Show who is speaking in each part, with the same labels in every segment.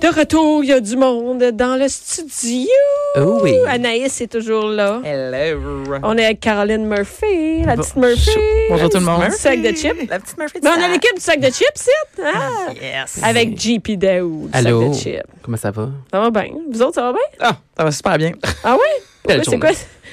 Speaker 1: De retour, il y a du monde dans le studio.
Speaker 2: Oh oui.
Speaker 1: Anaïs est toujours là.
Speaker 3: Hello.
Speaker 1: On est avec Caroline Murphy, la
Speaker 2: Bon-
Speaker 1: petite Murphy.
Speaker 2: Bonjour tout le monde.
Speaker 1: Du sac de chips.
Speaker 3: La petite Murphy. de
Speaker 1: Ben, on a
Speaker 3: Sarah.
Speaker 1: l'équipe du sac de chips, c'est? Ah!
Speaker 3: Yes.
Speaker 1: Avec JP Daou, du sac
Speaker 2: Allô.
Speaker 1: de chips.
Speaker 2: Comment ça va?
Speaker 1: Ça va bien? Vous autres, ça va bien?
Speaker 3: Ah, ça va super bien.
Speaker 1: Ah ouais?
Speaker 2: Belle
Speaker 1: Ouais, c'est
Speaker 2: journée.
Speaker 1: quoi?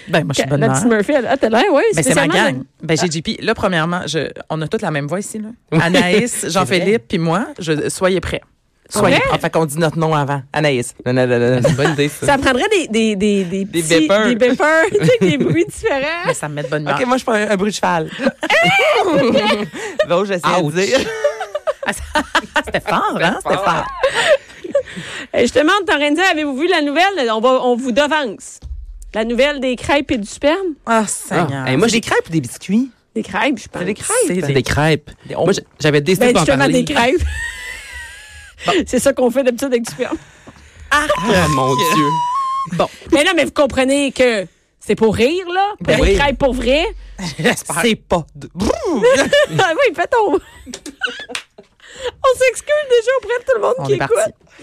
Speaker 3: Ben, moi, je suis bonne
Speaker 1: la
Speaker 3: humeur.
Speaker 1: petite Murphy, elle, ah, t'as l'air, oui.
Speaker 3: Ben, c'est ma gang. Ben, j'ai JP. Là, premièrement, je, on a toutes la même voix ici, là.
Speaker 2: Oui.
Speaker 3: Anaïs, Jean-Philippe, puis moi, je, soyez prêts. Soyez
Speaker 1: Ouais.
Speaker 3: prêts. Fait qu'on dit notre nom avant. Anaïs. Non, non, non, non, non.
Speaker 2: Ah, C'est une bonne idée, ça.
Speaker 1: Ça prendrait des, des, des, des,
Speaker 3: Des
Speaker 1: petits-
Speaker 3: beepers.
Speaker 1: Des beepers, tu sais, des bruits différents.
Speaker 3: Mais Ah, ça me met de bonne humeur.
Speaker 4: OK, moi, je prends un, un bruit de cheval.
Speaker 3: L'autre, j'essaie de
Speaker 2: Ouch.
Speaker 3: dire. Ah, C'était fort, hein? C'était fort.
Speaker 1: Euh, Je te demande, Torrenza, avez-vous vu la nouvelle? On, va, on vous devance. La nouvelle des crêpes et du sperme?
Speaker 3: Ah,
Speaker 2: Ah,
Speaker 3: Seigneur.
Speaker 2: hey, moi,
Speaker 3: C'est
Speaker 2: j'ai
Speaker 3: des crêpes ou des biscuits?
Speaker 1: Des crêpes, je pense.
Speaker 3: C'est des crêpes.
Speaker 2: C'est des crêpes. Moi, j'- j'avais décidé
Speaker 1: Ben,
Speaker 2: d'en
Speaker 1: justement,
Speaker 2: parler.
Speaker 1: des crêpes. C'est ça qu'on fait d'habitude avec du sperme.
Speaker 2: Ah, mon Dieu.
Speaker 1: Mais non, mais vous comprenez que c'est pour rire, là. Pas
Speaker 2: Ben
Speaker 1: des
Speaker 2: oui.
Speaker 1: crêpes pour vrai.
Speaker 3: C'est pas de...
Speaker 1: ah oui, fais ton. On s'excuse déjà auprès de tout le monde
Speaker 3: On
Speaker 1: qui
Speaker 3: est parti.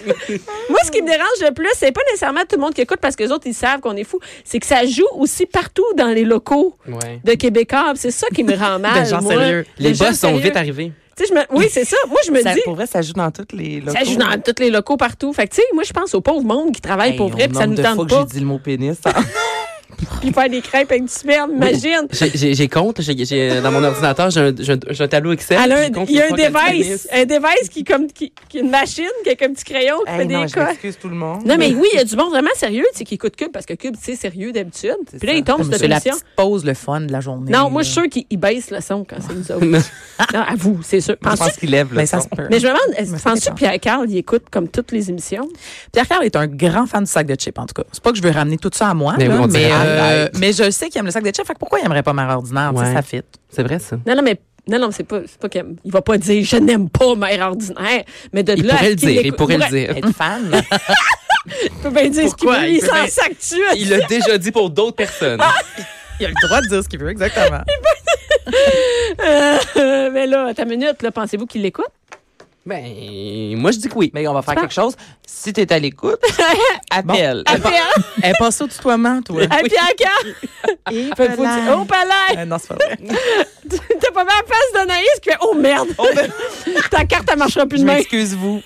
Speaker 1: écoute. Moi, ce qui me dérange le plus, c'est pas nécessairement tout le monde qui écoute parce que les autres, ils savent qu'on est fous. C'est que ça joue aussi partout dans les locaux
Speaker 2: Ouais.
Speaker 1: de Québécois. C'est ça qui me rend mal.
Speaker 3: De gens
Speaker 1: moi.
Speaker 3: sérieux.
Speaker 1: De
Speaker 2: Les
Speaker 1: gens
Speaker 2: boss sont
Speaker 1: sérieux.
Speaker 2: vite arrivés.
Speaker 1: Tu sais, je me- Oui, c'est ça. Moi, je me
Speaker 3: Ça,
Speaker 1: dis.
Speaker 3: Pour vrai, ça joue dans toutes les locaux.
Speaker 1: Ça joue dans tous les locaux partout. Fait que, tu sais, moi, je pense au pauvre monde qui travaille
Speaker 3: Hey,
Speaker 1: pour vrai,
Speaker 3: au
Speaker 1: puis ça nous
Speaker 3: nombre
Speaker 1: tente
Speaker 3: de fois que
Speaker 1: pas.
Speaker 3: j'ai dit le mot pénis. ça-
Speaker 1: Puis faire des crêpes avec du sperme, imagine.
Speaker 2: J'ai- J'ai j'ai compte, là, j'ai- j'ai- dans mon ordinateur, j'ai un, j'ai un- j'ai un tableau Excel.
Speaker 1: Elle a un-
Speaker 2: J'ai compte
Speaker 1: il y a
Speaker 2: les
Speaker 1: un
Speaker 2: fois qu'elle
Speaker 1: device,
Speaker 2: finisse.
Speaker 1: un device qui, comme, qui, qui est une machine, qui a comme petit crayon, qui fait
Speaker 3: Hey,
Speaker 1: des
Speaker 3: non, je
Speaker 1: codes.
Speaker 3: m'excuse tout le monde.
Speaker 1: Non, mais oui, il y a du monde vraiment sérieux tu sais, qui écoute Cube parce que Cube, c'est sérieux d'habitude. Puis là,
Speaker 3: ça.
Speaker 1: il tombe sur
Speaker 3: C'est la
Speaker 1: l'émission.
Speaker 3: petite pause, le fun de la journée.
Speaker 1: Non, moi,
Speaker 3: là.
Speaker 1: je suis sûre qu'il il baisse le son quand c'est nous autres. non, à vous, c'est sûr.
Speaker 3: Je
Speaker 1: Penses-tu-
Speaker 3: pense qu'il lève le
Speaker 4: Ben, ça
Speaker 3: son.
Speaker 4: se peut.
Speaker 1: mais je me demande, est-ce-
Speaker 3: Mais ça
Speaker 1: penses-tu que
Speaker 3: dépend.
Speaker 1: Pierre-Carl, il écoute comme toutes les émissions?
Speaker 4: Pierre Carl est un grand fan du sac de chips, en tout cas. C'est pas que je veux ramener tout ça à moi,
Speaker 2: Mais
Speaker 4: là,
Speaker 2: oui, on dirait,
Speaker 4: mais, euh,
Speaker 2: arrête.
Speaker 4: mais je sais qu'il aime le sac de chips. Fait que pourquoi il aimerait pas Mère Ordinaire? Tu sais,
Speaker 2: Ouais.
Speaker 4: Ça fit.
Speaker 2: C'est vrai, ça.
Speaker 1: Non, non, mais. Non, non, c'est pas, c'est pas qu'il il va pas dire je n'aime pas mère ordinaire, mais de
Speaker 2: Il
Speaker 1: là. à
Speaker 2: pourrait
Speaker 1: ce
Speaker 2: le
Speaker 1: qu'il
Speaker 2: dire, il
Speaker 1: l'écoute-
Speaker 2: pourrait le
Speaker 1: Ouais,
Speaker 2: dire.
Speaker 4: Être fan.
Speaker 1: Il peut bien dire ce qu'il
Speaker 2: Pourquoi?
Speaker 1: veut,
Speaker 2: Il
Speaker 1: il
Speaker 2: peut
Speaker 1: s'en
Speaker 2: bien-
Speaker 1: s'actue.
Speaker 2: Il l'a déjà dit pour d'autres personnes.
Speaker 1: Ah!
Speaker 4: il a le droit de dire ce qu'il veut, exactement.
Speaker 1: Euh, mais là, ta minute, là, pensez-vous qu'il l'écoute?
Speaker 2: Ben, moi, je dis que oui.
Speaker 3: Mais on va faire quelque chose. Si t'es à l'écoute, appelle.
Speaker 1: À Pierre,
Speaker 4: Elle est passée au tutoiement, toi.
Speaker 1: à Pierre Carl. Faites-vous dire, oh, palais!
Speaker 4: Euh, non, c'est pas vrai.
Speaker 1: T'as pas mal la face d'Anaïs qui fait, oh merde! Ta carte, elle marchera plus
Speaker 3: Je
Speaker 1: demain.
Speaker 3: m'excuse-vous.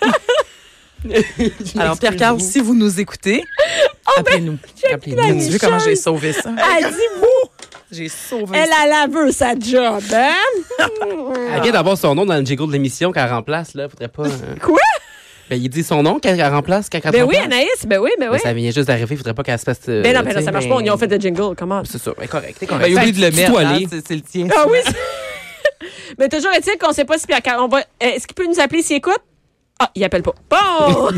Speaker 4: Alors, Pierre Carl, si vous nous écoutez,
Speaker 1: Oh,
Speaker 4: appelez-nous.
Speaker 1: ben, la
Speaker 4: Mon Dieu, comment
Speaker 1: Michel.
Speaker 4: j'ai sauvé ça.
Speaker 1: Elle dit, vous,
Speaker 4: J'ai sauvé
Speaker 1: elle, elle la veut, sa job, hein?
Speaker 2: Elle vient d'avoir son nom dans le jingle de l'émission qu'elle remplace, là. Faudrait pas. euh,
Speaker 1: Quoi?
Speaker 2: Ben, il dit son nom qu'elle qu'elle remplace, qu'elle qu'elle
Speaker 1: Ben oui,
Speaker 2: remplace.
Speaker 1: Anaïs, ben oui, ben oui.
Speaker 2: Ben, ça vient juste d'arriver, faudrait pas qu'elle se fasse. euh,
Speaker 1: Ben non, ben
Speaker 2: tu
Speaker 1: non,
Speaker 2: sais,
Speaker 1: ça marche
Speaker 2: ben,
Speaker 1: pas, ils ont fait des jingles, comment?
Speaker 2: C'est ça, ben, correct, t'es
Speaker 3: Ben,
Speaker 2: correct.
Speaker 3: il oublie de le mettre.
Speaker 2: Tutoyer.
Speaker 3: hein, C'est c'est le tien.
Speaker 1: Ah oui, c'est- Mais toujours est-il qu'on sait pas si Pierre Carl, on va, euh, est-ce qu'il peut nous appeler s'il écoute? Ah, il appelle pas. Bon!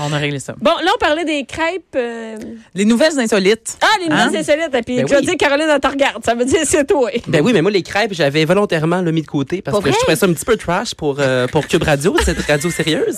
Speaker 4: On a réglé ça.
Speaker 1: bon, là, on parlait des crêpes. euh,
Speaker 4: Les nouvelles insolites.
Speaker 1: Ah, les nouvelles
Speaker 4: Hein?
Speaker 1: insolites. Et puis,
Speaker 2: Ben
Speaker 1: je vais
Speaker 2: oui.
Speaker 1: dire, Caroline, elle te regarde. Ça veut dire, c'est toi.
Speaker 2: Ben oui, mais moi, les crêpes, j'avais volontairement le mis de côté parce
Speaker 1: Pour
Speaker 2: que
Speaker 1: vrai?
Speaker 2: je trouvais ça un petit peu trash pour, euh, pour Cube Radio, cette radio sérieuse.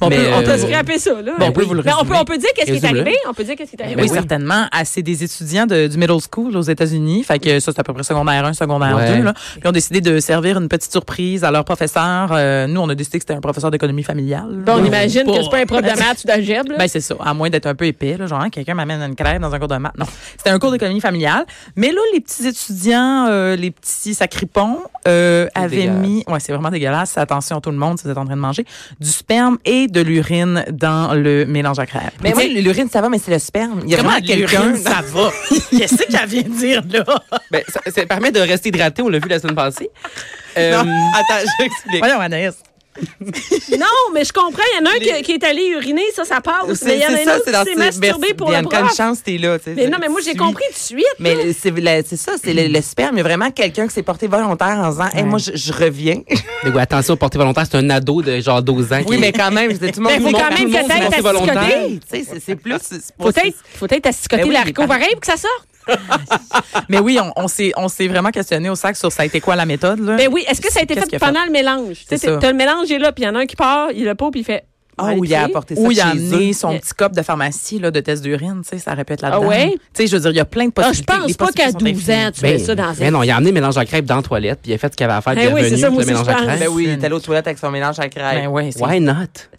Speaker 4: On
Speaker 2: Mais,
Speaker 4: peut-
Speaker 1: On
Speaker 4: on peut
Speaker 1: peut
Speaker 2: Euh,
Speaker 1: se rappeler ça, là.
Speaker 2: bon, on peut vous le
Speaker 1: Mais ben on peut,
Speaker 2: résumer.
Speaker 1: on peut dire qu'est-ce qui est
Speaker 2: Résume-le.
Speaker 1: arrivé. On peut dire qu'est-ce qui est arrivé.
Speaker 4: Ben oui,
Speaker 2: oui.
Speaker 4: certainement. Ah, c'est des étudiants de- du middle school aux États-Unis. Fait que ça, c'est à peu près secondaire 1, secondaire
Speaker 2: Ouais.
Speaker 4: 2. Là. Ils ont décidé de servir une petite surprise à leur professeur. Euh, nous, on a décidé que c'était un professeur d'économie familiale.
Speaker 1: Bon, Ben, on
Speaker 4: Ouais.
Speaker 1: imagine
Speaker 4: Pour-
Speaker 1: que c'est pas un prof de maths ou d'algèbre, là.
Speaker 4: Ben, c'est ça. À moins d'être un peu épais, là, genre, hein, quelqu'un m'amène une crêpe dans un cours de maths. Non. C'était un cours d'économie familiale. Mais là, les petits étudiants, euh, les petits sacripons, euh,
Speaker 2: C'est
Speaker 4: avaient
Speaker 2: dégueulasse.
Speaker 4: mis, ouais, c'est vraiment dégueulasse. Attention, tout le monde, si vous êtes en train de manger, du sperme et de l'urine dans le mélange à crêpes.
Speaker 3: Mais
Speaker 4: Tu sais,
Speaker 3: oui, l'urine, ça va, mais c'est le sperme. Il y a
Speaker 4: Comment
Speaker 3: vraiment quelqu'un.
Speaker 4: quelqu'un ça va Qu'est-ce qu'elle vient dire là
Speaker 2: Ben, ça, ça permet de rester hydraté, on l'a vu la semaine passée. Euh,
Speaker 3: Attends, j'explique.
Speaker 4: Voyons Anaïs.
Speaker 1: non, mais je comprends. Il y en a un qui, qui est allé uriner, ça, ça passe. Mais il y en a un autre qui s'est masturbé pour le
Speaker 3: une
Speaker 1: prof.
Speaker 3: chance, t'es là. tu sais,
Speaker 1: Mais non,
Speaker 3: tu
Speaker 1: mais moi, j'ai
Speaker 3: suis.
Speaker 1: compris tout de suite. là.
Speaker 3: Mais c'est la- c'est ça, c'est le, le sperme. Il y a vraiment quelqu'un qui s'est porté volontaire en disant Hey, moi, je, je reviens.
Speaker 2: mais ouais, attention, au porté volontaire, c'est un ado de genre 12 ans. qui-
Speaker 3: oui, mais quand même, je dis, tout le monde
Speaker 1: Mais faut
Speaker 3: tout le monde-
Speaker 1: quand même
Speaker 3: tout le
Speaker 1: que
Speaker 3: monde
Speaker 1: t'aies
Speaker 3: se porte
Speaker 1: ta
Speaker 3: volontaire.
Speaker 1: psychotique.
Speaker 3: Tu sais, c'est- C'est plus. c'est-
Speaker 1: Faut être, faut être asticoter
Speaker 3: Ben oui,
Speaker 1: l'haricot
Speaker 3: les parents-
Speaker 1: pareil pour que ça sorte.
Speaker 4: Mais oui, on, on s'est on s'est vraiment questionné au sac sur ça a été quoi la méthode là.
Speaker 1: Ben oui, est-ce que ça a été
Speaker 4: Qu'est-ce
Speaker 1: fait
Speaker 4: qu'il a
Speaker 1: pendant le mélange? Tu
Speaker 4: C'est
Speaker 1: sais, t'as
Speaker 4: ça.
Speaker 1: t'as le mélange, il est là, puis il y en a un qui part, il le pas, puis il fait
Speaker 3: Ah,
Speaker 1: aller
Speaker 3: où il
Speaker 1: pied.
Speaker 3: a apporté ça
Speaker 4: Ou il
Speaker 3: chez
Speaker 4: a
Speaker 3: eux.
Speaker 4: amené son
Speaker 1: Mais-
Speaker 4: petit cop de pharmacie là, de test d'urine, tu sais, ça répète là-dedans.
Speaker 1: Ah ouais?
Speaker 4: Tu sais, je veux dire, il y a plein de
Speaker 1: Ah, je
Speaker 4: possibilités.
Speaker 1: pense
Speaker 4: Les
Speaker 1: pas qu'à
Speaker 4: possibilités sont
Speaker 1: 12 ans,
Speaker 4: infinies.
Speaker 1: tu mets ça dans
Speaker 2: Ben, Mais
Speaker 1: un-
Speaker 2: non, il a amené mélange à crêpes dans la toilette, puis il a fait ce qu'il avait à faire, puis
Speaker 1: Eh
Speaker 2: il est
Speaker 1: oui, c'est
Speaker 2: revenu,
Speaker 1: ça, moi
Speaker 2: puis le
Speaker 1: aussi,
Speaker 2: mélange
Speaker 1: je
Speaker 2: à
Speaker 1: pense.
Speaker 3: Ben
Speaker 2: crêpes.
Speaker 3: oui, il est allé aux toilettes avec son mélange à crêpes.
Speaker 4: Ben ouais, c'est
Speaker 2: Why not?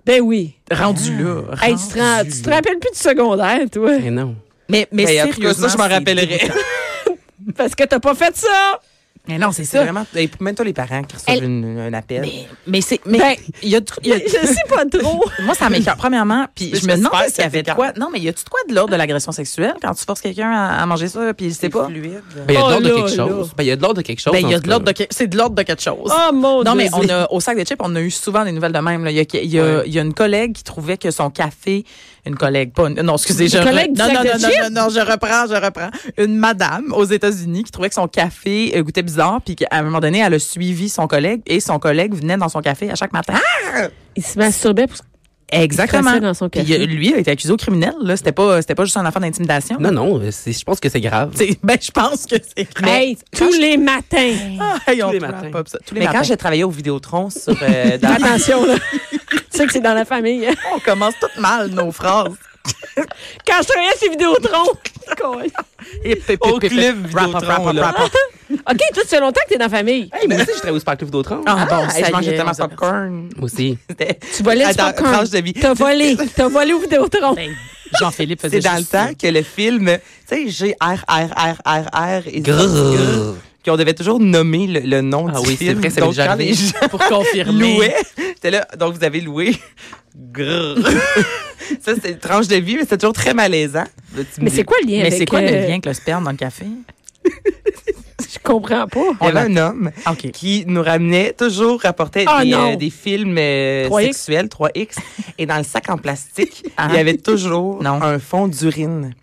Speaker 1: Ben oui.
Speaker 4: rendu là.
Speaker 1: Hey, tu, te rends- tu te rappelles plus du secondaire, toi?
Speaker 2: Mais Ben non.
Speaker 4: Mais, mais
Speaker 3: Ben, en tout cas,
Speaker 4: sérieusement,
Speaker 3: ça, je m'en
Speaker 4: c'est
Speaker 3: rappellerai.
Speaker 4: dégoûtant.
Speaker 1: Parce que t'as pas fait ça!
Speaker 4: Mais non, c'est
Speaker 3: C'est
Speaker 4: ça.
Speaker 3: vraiment. et Même toi, les parents qui reçoivent
Speaker 4: Elle-
Speaker 3: une- un appel.
Speaker 4: Mais, mais c'est. Mais
Speaker 1: Ben,
Speaker 4: il y a, tr- il y a-
Speaker 1: Je sais pas trop.
Speaker 4: moi, ça m'écoeure, premièrement. Puis
Speaker 3: Mais
Speaker 4: je me demande
Speaker 3: j'espère
Speaker 4: s'il y
Speaker 3: que
Speaker 4: avait de
Speaker 3: t'écoeure.
Speaker 4: quoi. Non, mais y a-tu de quoi de l'ordre de l'agression sexuelle quand tu forces quelqu'un à, à manger ça, puis
Speaker 3: C'est
Speaker 4: c'est pas.
Speaker 3: fluide.
Speaker 2: Ben, il y a de
Speaker 1: Oh
Speaker 2: l'ordre de
Speaker 1: là,
Speaker 2: quelque
Speaker 1: là.
Speaker 2: chose. Ben, il y a de l'ordre de quelque chose.
Speaker 4: Ben, il
Speaker 2: en
Speaker 4: y a
Speaker 2: tout
Speaker 4: de l'ordre de
Speaker 2: cas.
Speaker 4: que- c'est de l'ordre de quelque chose.
Speaker 1: Oh mon
Speaker 4: Non, mais
Speaker 1: Dieu.
Speaker 4: on a, au sac de chips, on a eu souvent des nouvelles de même. là. Il y, a- il y a- il y a une collègue qui trouvait que son café, une collègue, pas une, non, excusez, je,
Speaker 1: collègue du
Speaker 4: non,
Speaker 1: sac
Speaker 4: non,
Speaker 1: de
Speaker 4: non, non,
Speaker 1: chips?
Speaker 4: non, non, je reprends, je reprends. Une madame aux États-Unis qui trouvait que son café euh, goûtait bizarre, puis qu'à un moment donné, elle a suivi son collègue et son collègue venait dans son café à chaque matin.
Speaker 1: Ah! Il se masturbait pour ça. Il
Speaker 4: Exactement.
Speaker 1: crassait dans son
Speaker 4: Puis,
Speaker 1: café.
Speaker 4: euh, lui, il a été accusé au criminel. Là, c'était pas, c'était pas juste un enfant d'intimidation.
Speaker 2: Non, non, c'est- je pense que c'est grave.
Speaker 4: C'est- Ben, je pense que c'est.
Speaker 1: Hey, tous les matins.
Speaker 4: Ah, hey, on
Speaker 2: les
Speaker 4: prend
Speaker 2: matins.
Speaker 4: pas ça. Tous les
Speaker 3: Mais
Speaker 4: matins.
Speaker 3: quand j'ai travaillé au Vidéotron sur. euh, dans-
Speaker 1: Attention, là. tu sais que c'est dans la famille. hein.
Speaker 4: on commence toutes mal nos phrases.
Speaker 1: Quand je travaillais chez Vidéotron.
Speaker 4: Hip, hip,
Speaker 3: Au
Speaker 4: hip, hip,
Speaker 3: club
Speaker 4: hip. Rap,
Speaker 3: Vidéotron,
Speaker 4: rap,
Speaker 3: là.
Speaker 4: rap, rap.
Speaker 1: OK, toi, tu fais longtemps que t'es dans la famille.
Speaker 2: Hey, moi aussi, j'ai travaillé au Sparkle Vidéotron.
Speaker 4: Ah, bon,
Speaker 3: Ah,
Speaker 4: ça
Speaker 3: je
Speaker 4: y
Speaker 3: mangeais
Speaker 4: est,
Speaker 3: tellement
Speaker 4: on
Speaker 3: de
Speaker 4: s'en-
Speaker 3: popcorn.
Speaker 2: Moi aussi.
Speaker 1: Tu volais le
Speaker 3: Attends,
Speaker 1: popcorn.
Speaker 3: Ah, tranche de vie.
Speaker 1: T'as volé. T'as volé au Vidéotron.
Speaker 4: Ben, Jean-Philippe faisait
Speaker 3: C'est dans le
Speaker 4: juste
Speaker 3: temps que le film, tu sais, G, R, R, R, R, R, et
Speaker 2: Grrr.
Speaker 3: qu'on devait toujours nommer le, le nom
Speaker 2: Ah
Speaker 3: du
Speaker 2: oui, c'est
Speaker 3: film.
Speaker 2: vrai, ça m'est
Speaker 3: Donc,
Speaker 2: déjà
Speaker 3: quand les
Speaker 2: arrivé.
Speaker 3: gens
Speaker 4: ça pour confirmer.
Speaker 3: louaient, j'étais là, donc vous avez loué. Grrr. ça, c'est une tranche de vie, mais c'est toujours très malaisant. Là, tu me
Speaker 1: Mais
Speaker 3: dis,
Speaker 1: c'est quoi le lien
Speaker 4: Mais
Speaker 1: avec,
Speaker 4: c'est quoi le
Speaker 1: euh,
Speaker 4: lien avec le sperme dans le café?
Speaker 1: Je comprends pas.
Speaker 3: Il y avait un homme
Speaker 4: Ah, OK.
Speaker 3: qui nous ramenait, toujours rapportait
Speaker 1: Ah,
Speaker 3: des,
Speaker 1: non.
Speaker 3: des films euh,
Speaker 1: 3X.
Speaker 3: sexuels, 3X, et dans le sac en plastique,
Speaker 4: Ah.
Speaker 3: il y avait toujours
Speaker 4: Non.
Speaker 3: un fond d'urine.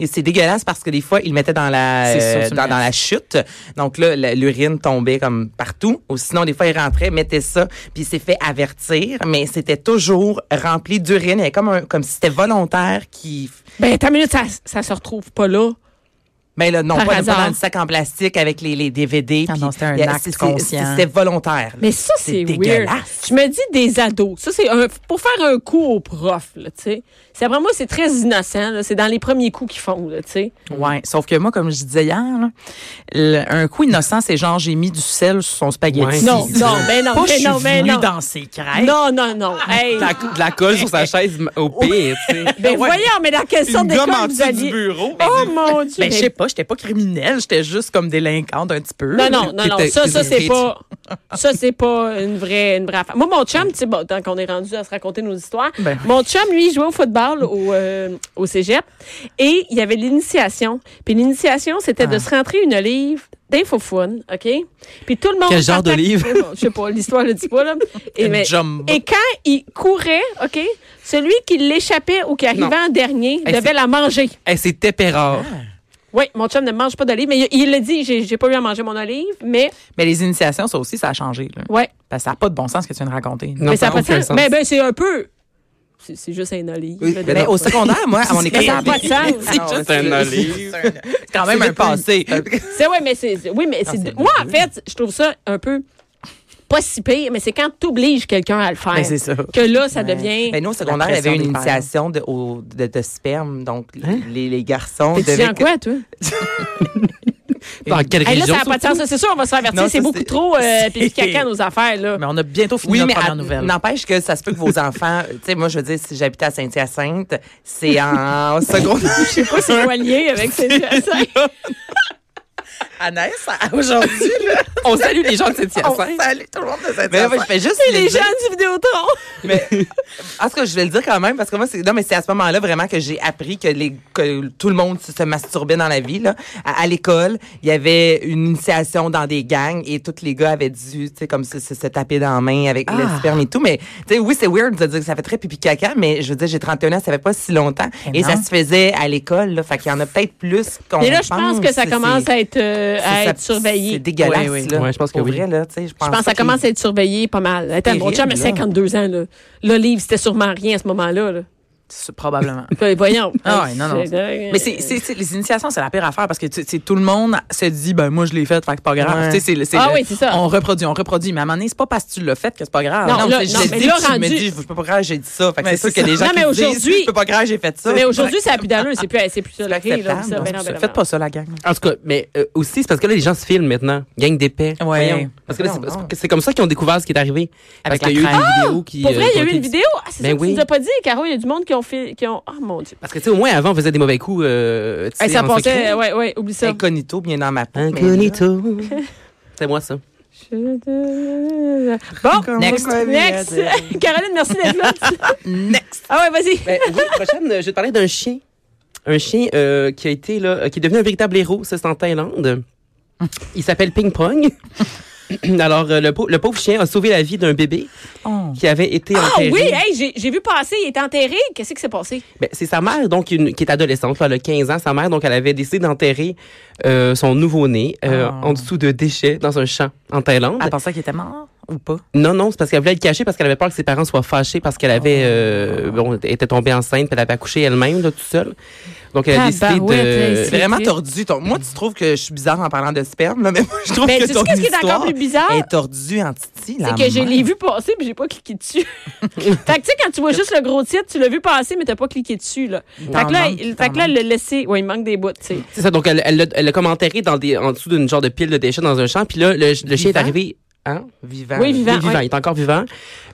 Speaker 3: Et c'est dégueulasse parce que des fois, ils le mettaient dans la,
Speaker 4: C'est sûr,
Speaker 3: euh,
Speaker 4: tu me
Speaker 3: dans, dans
Speaker 4: l'as
Speaker 3: la chute. Donc là, la- l'urine tombait comme partout. Ou sinon, des fois, ils rentraient, mettaient ça, puis il s'est fait avertir. Mais c'était toujours rempli d'urine. Il y avait comme, un- comme si c'était volontaire qui...
Speaker 1: Ben, ta minute, ça, ça se retrouve pas là.
Speaker 3: Mais ben là, non,
Speaker 1: Par
Speaker 3: pas, pas
Speaker 1: hasard.
Speaker 3: dans le sac en plastique avec les, les DVD.
Speaker 4: Ah
Speaker 3: puis
Speaker 4: non, c'était un
Speaker 3: il y a-
Speaker 4: acte
Speaker 3: c'est- c'est-
Speaker 4: conscient.
Speaker 3: C'était volontaire. là.
Speaker 1: Mais ça, c'est weird.
Speaker 3: dégueulasse.
Speaker 1: Je me dis des ados. Ça, c'est un- pour faire un coup au prof, là, tu sais. C'est vraiment, c'est très innocent, là. C'est dans les premiers coups qu'ils font, là, tu sais.
Speaker 4: Ouais. Sauf que moi, comme je disais hier, là, le- un coup innocent, c'est genre j'ai mis du sel sur son spaghetti.
Speaker 2: Ouais.
Speaker 1: Non, non, mais non,
Speaker 4: Pas
Speaker 1: mais
Speaker 4: je
Speaker 1: non,
Speaker 4: suis
Speaker 1: mais
Speaker 4: venue
Speaker 1: non.
Speaker 4: dans ses crêpes.
Speaker 1: Non, non, non. Hey.
Speaker 2: De la, de la colle sur sa chaise m- au pire, tu sais.
Speaker 1: Ben, voyons, mais dans quelle sorte
Speaker 3: Une gomme en
Speaker 1: d'école vous
Speaker 3: dessous
Speaker 1: alliez?
Speaker 3: du bureau.
Speaker 1: Oh, mon Dieu.
Speaker 4: Ben, je sais pas, j'étais pas criminelle, j'étais juste comme délinquante un petit peu.
Speaker 1: Non, non, non, non.
Speaker 2: T'étais-
Speaker 1: Ça, ça, c'est
Speaker 2: t'étais-
Speaker 1: pas. Ça, c'est pas une vraie, une vraie affaire. Moi, mon chum, tu sais, bon, tant qu'on est rendu à se raconter nos histoires,
Speaker 4: Ben
Speaker 1: mon chum, lui, jouait au football au, euh, au cégep et il y avait l'initiation. Puis l'initiation, c'était
Speaker 2: Ah.
Speaker 1: de se rentrer une olive d'infofoune, OK? Puis tout le monde.
Speaker 2: Quel genre
Speaker 1: partait-
Speaker 2: d'olive?
Speaker 1: Mais bon, Je sais pas, l'histoire le dit pas, là. Et,
Speaker 4: Une
Speaker 1: mais-
Speaker 4: jumbo.
Speaker 1: et quand il courait, OK? Celui qui l'échappait ou qui arrivait en dernier
Speaker 2: Hey,
Speaker 1: devait
Speaker 2: c'est-
Speaker 1: la manger.
Speaker 2: Hey, c'est tépérard.
Speaker 1: Oui, mon chum ne mange pas d'olive, mais il il l'a dit, j'ai j'ai pas eu à manger mon olive, mais
Speaker 4: Mais les initiations, ça aussi, ça a changé. Là.
Speaker 1: ouais.
Speaker 4: Parce que ça n'a pas de bon sens ce que tu viens de raconter.
Speaker 2: Non,
Speaker 1: mais ça
Speaker 2: ça
Speaker 1: a pas
Speaker 2: n'a
Speaker 1: de
Speaker 2: aucun
Speaker 1: sens.
Speaker 2: sens.
Speaker 1: Mais ben, c'est un peu. C'est c'est juste un olive.
Speaker 2: Oui,
Speaker 1: là,
Speaker 2: mais
Speaker 1: de-
Speaker 3: Mais au secondaire, moi, à mon école,
Speaker 1: Mais ça n'a pas de sens.
Speaker 3: C'est
Speaker 2: Non,
Speaker 3: juste
Speaker 2: c'est un
Speaker 3: le-
Speaker 2: olive.
Speaker 4: C'est quand même un passé.
Speaker 1: C'est ouais, mais c'est. Oui, mais c'est.
Speaker 4: c'est
Speaker 1: Moi, en fait, je trouve ça un peu pas si pire, mais c'est quand tu obliges quelqu'un à le faire.
Speaker 3: Ben, c'est ça.
Speaker 1: Que là, ça devient.
Speaker 3: Ben, nous, au secondaire, il y avait
Speaker 4: pression
Speaker 3: une
Speaker 4: des parents.
Speaker 3: initiation de, au- de, de sperme. Donc, les, les garçons
Speaker 1: T'es étudiant
Speaker 3: devaient...
Speaker 1: Hein? en quoi, toi?
Speaker 2: Dans quelle
Speaker 1: Hey, là,
Speaker 2: région?
Speaker 1: ça n'a pas de sens. là. C'est sûr, on va se faire avertir.
Speaker 3: Non,
Speaker 1: C'est
Speaker 3: ça,
Speaker 1: beaucoup
Speaker 3: c'est-
Speaker 1: trop euh,
Speaker 3: c'est-
Speaker 1: pipi caca, nos affaires, là.
Speaker 4: Mais on a bientôt fini
Speaker 3: Oui,
Speaker 4: notre
Speaker 3: mais
Speaker 4: première
Speaker 3: à-
Speaker 4: nouvelle.
Speaker 3: n'empêche que ça se peut que vos enfants... Tu sais, moi, je veux dire, si j'habitais à Saint-Hyacinthe, c'est en secondaire.
Speaker 1: Je sais pas si c'est quoi le lien avec ces
Speaker 4: Anaïs, aujourd'hui,
Speaker 2: On salue les gens de cette
Speaker 3: On
Speaker 2: hyacinthe
Speaker 3: salue tout le monde de Saint-Hyacinthe. Mais moi, je fais juste
Speaker 1: les
Speaker 3: le
Speaker 1: gens
Speaker 3: dire.
Speaker 1: du Vidéotron.
Speaker 3: Mais, en tout cas, je vais le dire quand même, parce que moi, c'est, non, mais c'est à ce moment-là vraiment que j'ai appris que les, que tout le monde se se masturbait dans la vie, là. À, à l'école, il y avait une initiation dans des gangs et tous les gars avaient dû, tu sais, comme se, se, se taper dans la main avec le
Speaker 1: Ah!
Speaker 3: sperme et tout. Mais, tu sais, oui, c'est weird de dire que ça fait très pipi caca, mais je veux dire, j'ai 31 ans, ça fait pas si longtemps.
Speaker 4: Mais
Speaker 3: et
Speaker 4: non.
Speaker 3: ça se faisait à l'école, là. Fait qu'il y en a peut-être plus qu'on
Speaker 1: Mais là, je pense que ça commence
Speaker 3: C'est-
Speaker 1: à être, euh, à
Speaker 3: c'est-
Speaker 1: être surveillé.
Speaker 3: C'est dégueulasse,
Speaker 4: Oui, oui.
Speaker 3: là.
Speaker 2: Ouais, je pense que
Speaker 3: Pour
Speaker 2: oui.
Speaker 3: vrai, là, tu sais, je pense,
Speaker 1: Je pense que ça commence à être surveillé pas mal. Attends, mon
Speaker 3: terrible,
Speaker 1: chum a
Speaker 3: là.
Speaker 1: 52 ans. là. L'olive, c'était sûrement rien à ce moment-là. là.
Speaker 4: c'est- probablement.
Speaker 1: Ben, voyons.
Speaker 4: Ah ouais, non, non. Mais c'est, c'est, c'est- les initiations, c'est la pire affaire parce que tu sais, tout le monde se dit, ben moi je l'ai faite, fait que c'est pas grave.
Speaker 3: Ouais.
Speaker 4: Tu sais, c'est le- c'est
Speaker 1: Ah
Speaker 4: le-
Speaker 1: oui, c'est ça.
Speaker 4: On reproduit, on reproduit. Mais à un moment donné, c'est pas parce que tu l'as fait que c'est pas grave.
Speaker 1: Non, là,
Speaker 4: c'est-
Speaker 1: non,
Speaker 4: j'ai
Speaker 1: mais
Speaker 4: dit
Speaker 1: là,
Speaker 4: que tu me
Speaker 1: rendu-
Speaker 4: dis,
Speaker 3: Je veux pas grave, j'ai dit ça. Fait que
Speaker 4: Mais
Speaker 3: c'est sûr
Speaker 4: c'est
Speaker 3: qu'il y a des
Speaker 1: ça.
Speaker 3: gens
Speaker 1: Non, mais
Speaker 3: qui se disent,
Speaker 1: aujourd'hui-
Speaker 3: je peux pas grave, j'ai fait ça.
Speaker 1: Mais aujourd'hui, ça a plus d'allure. C'est plus, c'est plus ça. la crise, là,
Speaker 3: acceptable,
Speaker 1: ça.
Speaker 3: non,
Speaker 1: Ben non, ben non,
Speaker 4: Faites
Speaker 1: ben
Speaker 4: pas
Speaker 1: non.
Speaker 4: ça, la gang.
Speaker 2: En tout cas, mais euh, aussi, c'est parce que là, les gens se filment maintenant. Gang d'épais.
Speaker 4: Ouais.
Speaker 2: Voyons. Parce que là,
Speaker 3: Non,
Speaker 2: c'est-
Speaker 3: non.
Speaker 2: c'est- c'est comme ça qu'ils ont découvert ce qui est arrivé.
Speaker 4: Avec
Speaker 2: parce
Speaker 4: la
Speaker 2: qu'il y a eu
Speaker 4: crème.
Speaker 2: une vidéo qui.
Speaker 1: Pour
Speaker 2: euh,
Speaker 1: vrai, il y a
Speaker 2: qui
Speaker 1: eu
Speaker 2: ont
Speaker 1: une
Speaker 2: été-
Speaker 1: vidéo. Ah, c'est
Speaker 2: Ben
Speaker 1: ça que
Speaker 2: oui.
Speaker 1: tu nous as pas dit, Caro. Il y a du monde qui ont fait. Qui ont... Ah, mon Dieu.
Speaker 2: Parce que, tu sais, au moins, avant, on faisait des mauvais coups. Euh, tu
Speaker 1: Hey,
Speaker 2: sais,
Speaker 1: ça
Speaker 2: en
Speaker 1: passait.
Speaker 2: secret.
Speaker 1: Ouais, ouais, oublie ça.
Speaker 3: Incognito, bien dans ma peau. mais là-
Speaker 2: Incognito. c'est moi, ça.
Speaker 1: Bon,
Speaker 4: Next.
Speaker 1: next. Caroline, merci d'être là.
Speaker 4: Next.
Speaker 1: Ah, ouais, vas-y.
Speaker 2: Ben, oui, prochaine, euh, je vais te parler d'un chien. Un chien euh, qui a été là, euh, qui est devenu un véritable héros, ça c'est en Thaïlande. Il s'appelle Ping Pong. Alors, euh, le, pau- le pauvre chien a sauvé la vie d'un bébé
Speaker 4: Oh.
Speaker 2: qui avait été
Speaker 1: Ah
Speaker 2: enterré.
Speaker 1: oui, hey, j'ai- j'ai vu passer, il est enterré. Qu'est-ce qui s'est passé?
Speaker 2: Ben, c'est sa mère, donc, une- qui est adolescente, là, elle a 15 ans. Sa mère, donc, elle avait décidé d'enterrer euh, son nouveau-né euh,
Speaker 4: Ah.
Speaker 2: en dessous de déchets dans un champ en Thaïlande.
Speaker 4: Elle pensait qu'il était mort ou pas?
Speaker 2: Non, non, c'est parce qu'elle voulait le cacher parce qu'elle avait peur que ses parents soient fâchés parce qu'elle avait euh, bon, elle était tombée enceinte, puis elle avait accouché elle-même là toute seule. Donc elle a décidé
Speaker 1: Tabarouette, là,
Speaker 2: de
Speaker 1: ici.
Speaker 3: C'est vraiment tordu. Ton... Moi, tu trouves que je suis bizarre en parlant de sperme, là, mais moi, je trouve
Speaker 1: Ben,
Speaker 3: que
Speaker 1: tu sais
Speaker 3: ton
Speaker 1: qu'est-ce qui est
Speaker 3: histoire
Speaker 1: encore plus bizarre?
Speaker 3: est tordue en titi,
Speaker 1: C'est que je l'ai vu passer puis j'ai pas cliqué dessus. fait que tu sais quand tu vois juste le gros titre, tu l'as vu passer mais t'as pas cliqué dessus là. Fait
Speaker 4: T'en
Speaker 1: que là,
Speaker 4: manques,
Speaker 1: il,
Speaker 4: t'en
Speaker 1: fait que là le laisser, ouais, il manque des bouts, tu sais.
Speaker 2: C'est ça, donc elle elle l'a elle l'a comme enterré dans des en dessous d'une genre de pile de déchets dans un champ, puis là le, le chien est
Speaker 3: Vivant?
Speaker 2: arrivé hein
Speaker 3: Vivant.
Speaker 1: Oui, vivant.
Speaker 2: Oui,
Speaker 1: ouais.
Speaker 2: il est encore vivant.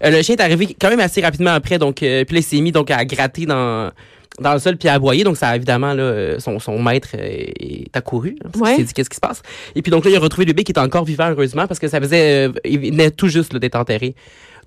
Speaker 2: Euh, le chien est arrivé quand même assez rapidement après, donc euh, puis là, il s'est mis donc à gratter dans dans le sol puis à aboyer, donc ça a évidemment là euh, son, son maître euh, est accouru. hein, parce
Speaker 1: Ouais.
Speaker 2: qu'il s'est dit qu'est-ce qui se passe. Et puis donc là, il a retrouvé le bébé qui était encore vivant heureusement parce que ça faisait, euh, il venait tout juste là, d'être enterré.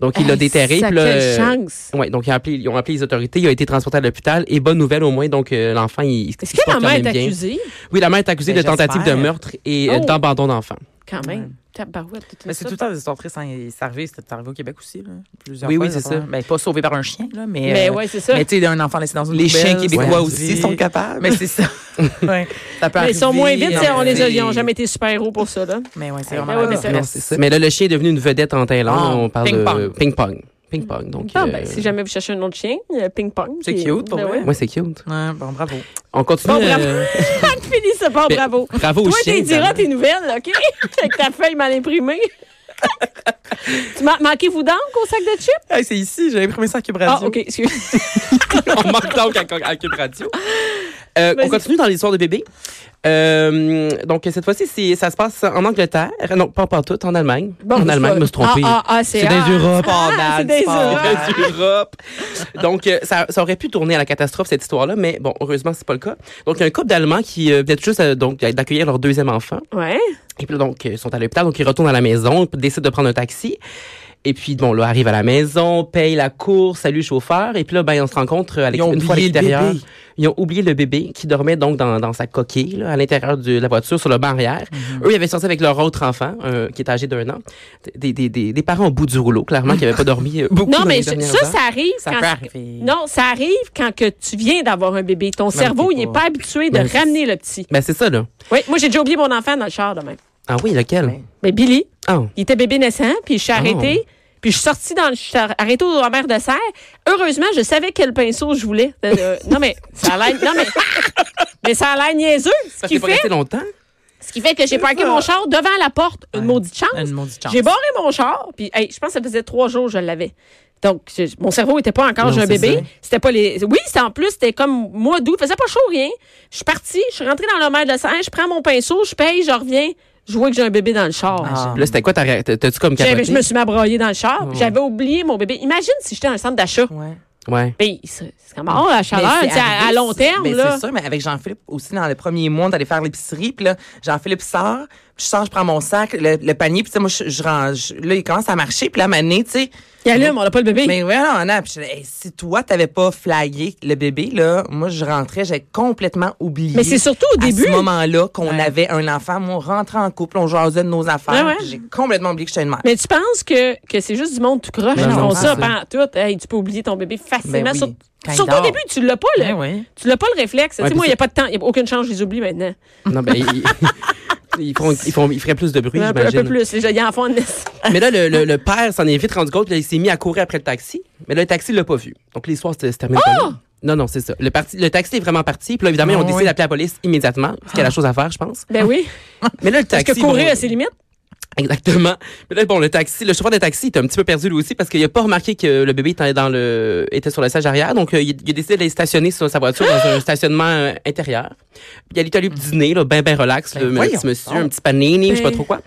Speaker 2: Donc il l'a
Speaker 1: Hey,
Speaker 2: déterré.
Speaker 1: ça,
Speaker 2: puis là,
Speaker 1: quelle
Speaker 2: euh,
Speaker 1: chance.
Speaker 2: Ouais, donc ils ont, appelé, ils ont appelé les autorités, il a été transporté à l'hôpital et bonne nouvelle au moins, donc euh, l'enfant il, il se
Speaker 1: Est-ce que
Speaker 2: porte
Speaker 1: la
Speaker 2: quand
Speaker 1: mère
Speaker 2: même
Speaker 1: est
Speaker 2: bien.
Speaker 1: accusée
Speaker 2: Oui, la mère est accusée
Speaker 3: Ben,
Speaker 2: de tentative de
Speaker 3: j'espère.
Speaker 2: meurtre et euh,
Speaker 1: Oh.
Speaker 2: d'abandon d'enfant.
Speaker 1: quand même? Tabarouette, tout
Speaker 4: Mais
Speaker 1: ça.
Speaker 4: c'est tout le temps des histoires tristes. hein. C'est arrivé, c'était arrivé au Québec aussi. Là. Plusieurs
Speaker 2: Oui,
Speaker 4: fois,
Speaker 2: oui,
Speaker 4: les
Speaker 2: c'est
Speaker 4: affaires.
Speaker 2: ça.
Speaker 4: Ben, pas sauvé par un chien, là, mais.
Speaker 1: Mais
Speaker 4: euh,
Speaker 1: ouais, c'est ça.
Speaker 4: Mais tu sais, un enfant laissé dans une
Speaker 3: Les chiens
Speaker 4: poubelle,
Speaker 3: québécois
Speaker 4: ouais.
Speaker 3: aussi sont capables.
Speaker 4: Mais c'est ça. ouais. Ça peut
Speaker 1: Mais ils sont
Speaker 4: arriver,
Speaker 1: moins vite,
Speaker 4: non,
Speaker 1: tu sais,
Speaker 2: euh,
Speaker 1: on les a,
Speaker 4: c'est-
Speaker 1: ils ont jamais été super héros pour ça là.
Speaker 4: Mais ouais, c'est
Speaker 1: Ben
Speaker 4: vraiment.
Speaker 1: ouais, mais
Speaker 4: malade.
Speaker 1: ça
Speaker 2: Non,
Speaker 1: reste.
Speaker 2: c'est ça. Mais là, le chien est devenu une vedette en Thaïlande.
Speaker 4: Ah,
Speaker 2: on parle de
Speaker 4: ping-pong.
Speaker 2: ping-pong. Ping-pong. Donc,
Speaker 1: Bon,
Speaker 2: euh,
Speaker 1: ben, si jamais vous cherchez un autre chien, euh, ping-pong.
Speaker 3: C'est
Speaker 1: puis-
Speaker 3: cute, pour
Speaker 1: ben
Speaker 3: vrai.
Speaker 1: ouais.
Speaker 2: Ouais, c'est cute.
Speaker 4: Ouais, bon, bravo.
Speaker 2: On continue.
Speaker 1: Bon, bravo.
Speaker 2: euh,
Speaker 1: Fini ce port,
Speaker 2: Ben,
Speaker 1: bravo.
Speaker 2: bravo
Speaker 1: Toi,
Speaker 2: au chien.
Speaker 1: tu diras
Speaker 2: évidemment.
Speaker 1: tes nouvelles, OK? Avec ta feuille mal imprimée. tu ma- manquez-vous donc au sac de chips?
Speaker 4: Hey, c'est ici, j'ai imprimé ça à Cube Radio.
Speaker 1: Ah, OK, excuse.
Speaker 2: on manque donc à, à Cube Radio. Euh,
Speaker 1: Vas-y.
Speaker 2: on continue dans l'histoire de bébé. Euh, donc, cette fois-ci, c'est- ça se passe en Angleterre. Non, pas en tout, en Allemagne. en Allemagne, je me suis trompé.
Speaker 1: Ah, ah, ah, c'est
Speaker 2: C'est
Speaker 1: ah.
Speaker 2: des Europes.
Speaker 1: Ah, c'est des Europes.
Speaker 2: Europe. Donc, euh, ça, ça aurait pu tourner à la catastrophe, cette histoire-là, mais bon, heureusement, c'est pas le cas. Donc, il y a un couple d'Allemands qui euh, venaient tout juste euh, donc, d'accueillir leur deuxième enfant.
Speaker 1: Ouais.
Speaker 2: Et puis, là, donc, ils sont à l'hôpital, donc ils retournent à la maison, puis décident de prendre un taxi. Et puis, bon, là, arrive à la maison, paye la course, salue le chauffeur. Et puis là, ben, on se rencontre à l'ex-
Speaker 3: Ils ont
Speaker 2: une fois à
Speaker 3: oublié le
Speaker 2: l'extérieur.
Speaker 3: bébé.
Speaker 2: Ils ont oublié le bébé qui dormait donc dans, dans sa coquille, là, à l'intérieur de la voiture, sur le banc arrière. Eux, ils avaient sorti avec leur autre enfant, euh, qui est âgé d'un an. Des, des, des, des parents au bout du rouleau, clairement, qui n'avaient pas dormi euh, beaucoup
Speaker 1: Non,
Speaker 2: dans
Speaker 1: mais
Speaker 2: les
Speaker 1: ça,
Speaker 2: dernières
Speaker 1: ça,
Speaker 2: heures.
Speaker 1: ça arrive
Speaker 4: Ça
Speaker 1: quand...
Speaker 4: peut arriver.
Speaker 1: Non, ça arrive quand que tu viens d'avoir un bébé. Ton cerveau, il n'est pas habitué de
Speaker 2: Même si-
Speaker 1: ramener le petit.
Speaker 2: Ben, c'est ça, là.
Speaker 1: Oui, moi, j'ai déjà oublié mon enfant dans le char demain.
Speaker 2: Ah oui, lequel?
Speaker 1: Mais Billy,
Speaker 2: Ah,
Speaker 1: il était bébé naissant, puis je suis arrêtée. Puis je suis sortie dans le. Je suis arrêtée au mère de serre. Heureusement, je savais quel pinceau je voulais. Euh, euh, non, mais ça a l'air. Non, mais. Mais ça a l'air niaiseux. Ce
Speaker 2: ça
Speaker 1: qui,
Speaker 2: fait pas
Speaker 1: fait,
Speaker 2: resté longtemps.
Speaker 1: ce qui fait que j'ai parqué mon char devant la porte. Une maudite chance.
Speaker 4: Une maudite chance.
Speaker 1: J'ai barré mon char, puis hey, je pense que ça faisait trois jours que je l'avais. Donc, je- mon cerveau était pas encore
Speaker 2: Non,
Speaker 1: j'ai un
Speaker 2: c'est
Speaker 1: bébé.
Speaker 2: ça.
Speaker 1: C'était pas les. Oui, c'était en plus, c'était comme mois d'août. faisait pas chaud, rien. Je suis partie, je suis rentrée dans le mer de serre, je prends mon pinceau, je paye, je reviens. Je vois que j'ai un bébé dans le char.
Speaker 4: Ah.
Speaker 2: Puis Là, c'était quoi? ta ré- T'as-tu comme
Speaker 1: J'avais-
Speaker 2: capoté?
Speaker 1: je me suis m'abroyée dans le char. puis J'avais oublié mon bébé. Imagine si j'étais dans un centre d'achat.
Speaker 3: Ouais.
Speaker 2: Ouais.
Speaker 1: Ben, c'est c'est comme, oh, la
Speaker 3: Mais
Speaker 1: chaleur,
Speaker 3: c'est
Speaker 1: tu sais, à,
Speaker 3: arrivé,
Speaker 1: à long
Speaker 3: c'est-
Speaker 1: terme,
Speaker 3: mais
Speaker 1: là.
Speaker 3: C'est sûr, mais avec Jean-Philippe aussi, dans le premier mois, on allait faire l'épicerie. Puis là, Jean-Philippe sort, puis je sors, je prends mon sac, le, le panier, puis tu sais, moi, je, je range. Là, il commence à marcher, puis là, à un moment donné, tu sais,
Speaker 1: Il allume, on n'a pas le bébé.
Speaker 3: Mais ouais, non, non. Puis je- hey, si toi, t'avais pas flagué le bébé, là, moi, je rentrais, j'avais complètement oublié.
Speaker 1: Mais c'est surtout au début.
Speaker 3: À ce moment-là, qu'on
Speaker 4: Ouais.
Speaker 3: avait un enfant, moi, on rentrait en couple, on jasait de nos affaires.
Speaker 1: Ouais, ouais.
Speaker 3: puis J'ai complètement oublié que j'étais une mère.
Speaker 1: Mais tu penses que, que c'est juste du monde tout croche qui
Speaker 2: Ben non,
Speaker 1: font
Speaker 2: c'est
Speaker 1: ça
Speaker 2: ça.
Speaker 1: pendant tout. Hey, tu peux oublier ton bébé facilement.
Speaker 3: Ben oui,
Speaker 1: sur-
Speaker 3: quand il
Speaker 1: surtout au
Speaker 3: dort.
Speaker 1: début, tu l'as pas, là.
Speaker 4: Ben oui.
Speaker 1: Tu l'as pas le réflexe. tu sais,
Speaker 2: puis
Speaker 1: moi, il n'y
Speaker 2: ça-
Speaker 1: a pas de temps. Il n'y a aucune chance, je les oublie maintenant.
Speaker 2: Non, ben, ils, ils, font, ils, font, ils feraient plus de bruit,
Speaker 1: un, peu, un peu
Speaker 2: j'imagine.
Speaker 1: plus. Les gens, ils en font une- Fait
Speaker 2: Mais là, le, le- le
Speaker 1: Oh!
Speaker 2: père s'en est vite rendu compte, puis là, il s'est mis à courir après le taxi. Mais là, le taxi l'a pas vu. Donc, l'histoire se se termine pas là. Non, non, c'est ça. Le, parti, le taxi est vraiment parti. Puis là, évidemment,
Speaker 4: Ah,
Speaker 2: on décide
Speaker 4: oui.
Speaker 2: d'appeler la police immédiatement, ce qui est la chose à faire, je pense.
Speaker 1: Ben oui.
Speaker 2: Mais là, le
Speaker 1: Parce
Speaker 2: taxi.
Speaker 1: que courir
Speaker 2: bon,
Speaker 1: à ses limites.
Speaker 2: Exactement. Mais là, bon, le taxi, le chauffeur de taxi était un petit peu perdu lui aussi parce qu'il a pas remarqué que le bébé était dans le, était sur le siège arrière. Donc, euh, il, il a décidé d'aller stationner sur sa voiture dans un stationnement euh, intérieur. Puis, il est allé dîner, là, ben, ben relax, le
Speaker 4: voyons
Speaker 2: petit monsieur, un petit panini, je sais pas
Speaker 1: Ben.
Speaker 2: trop quoi.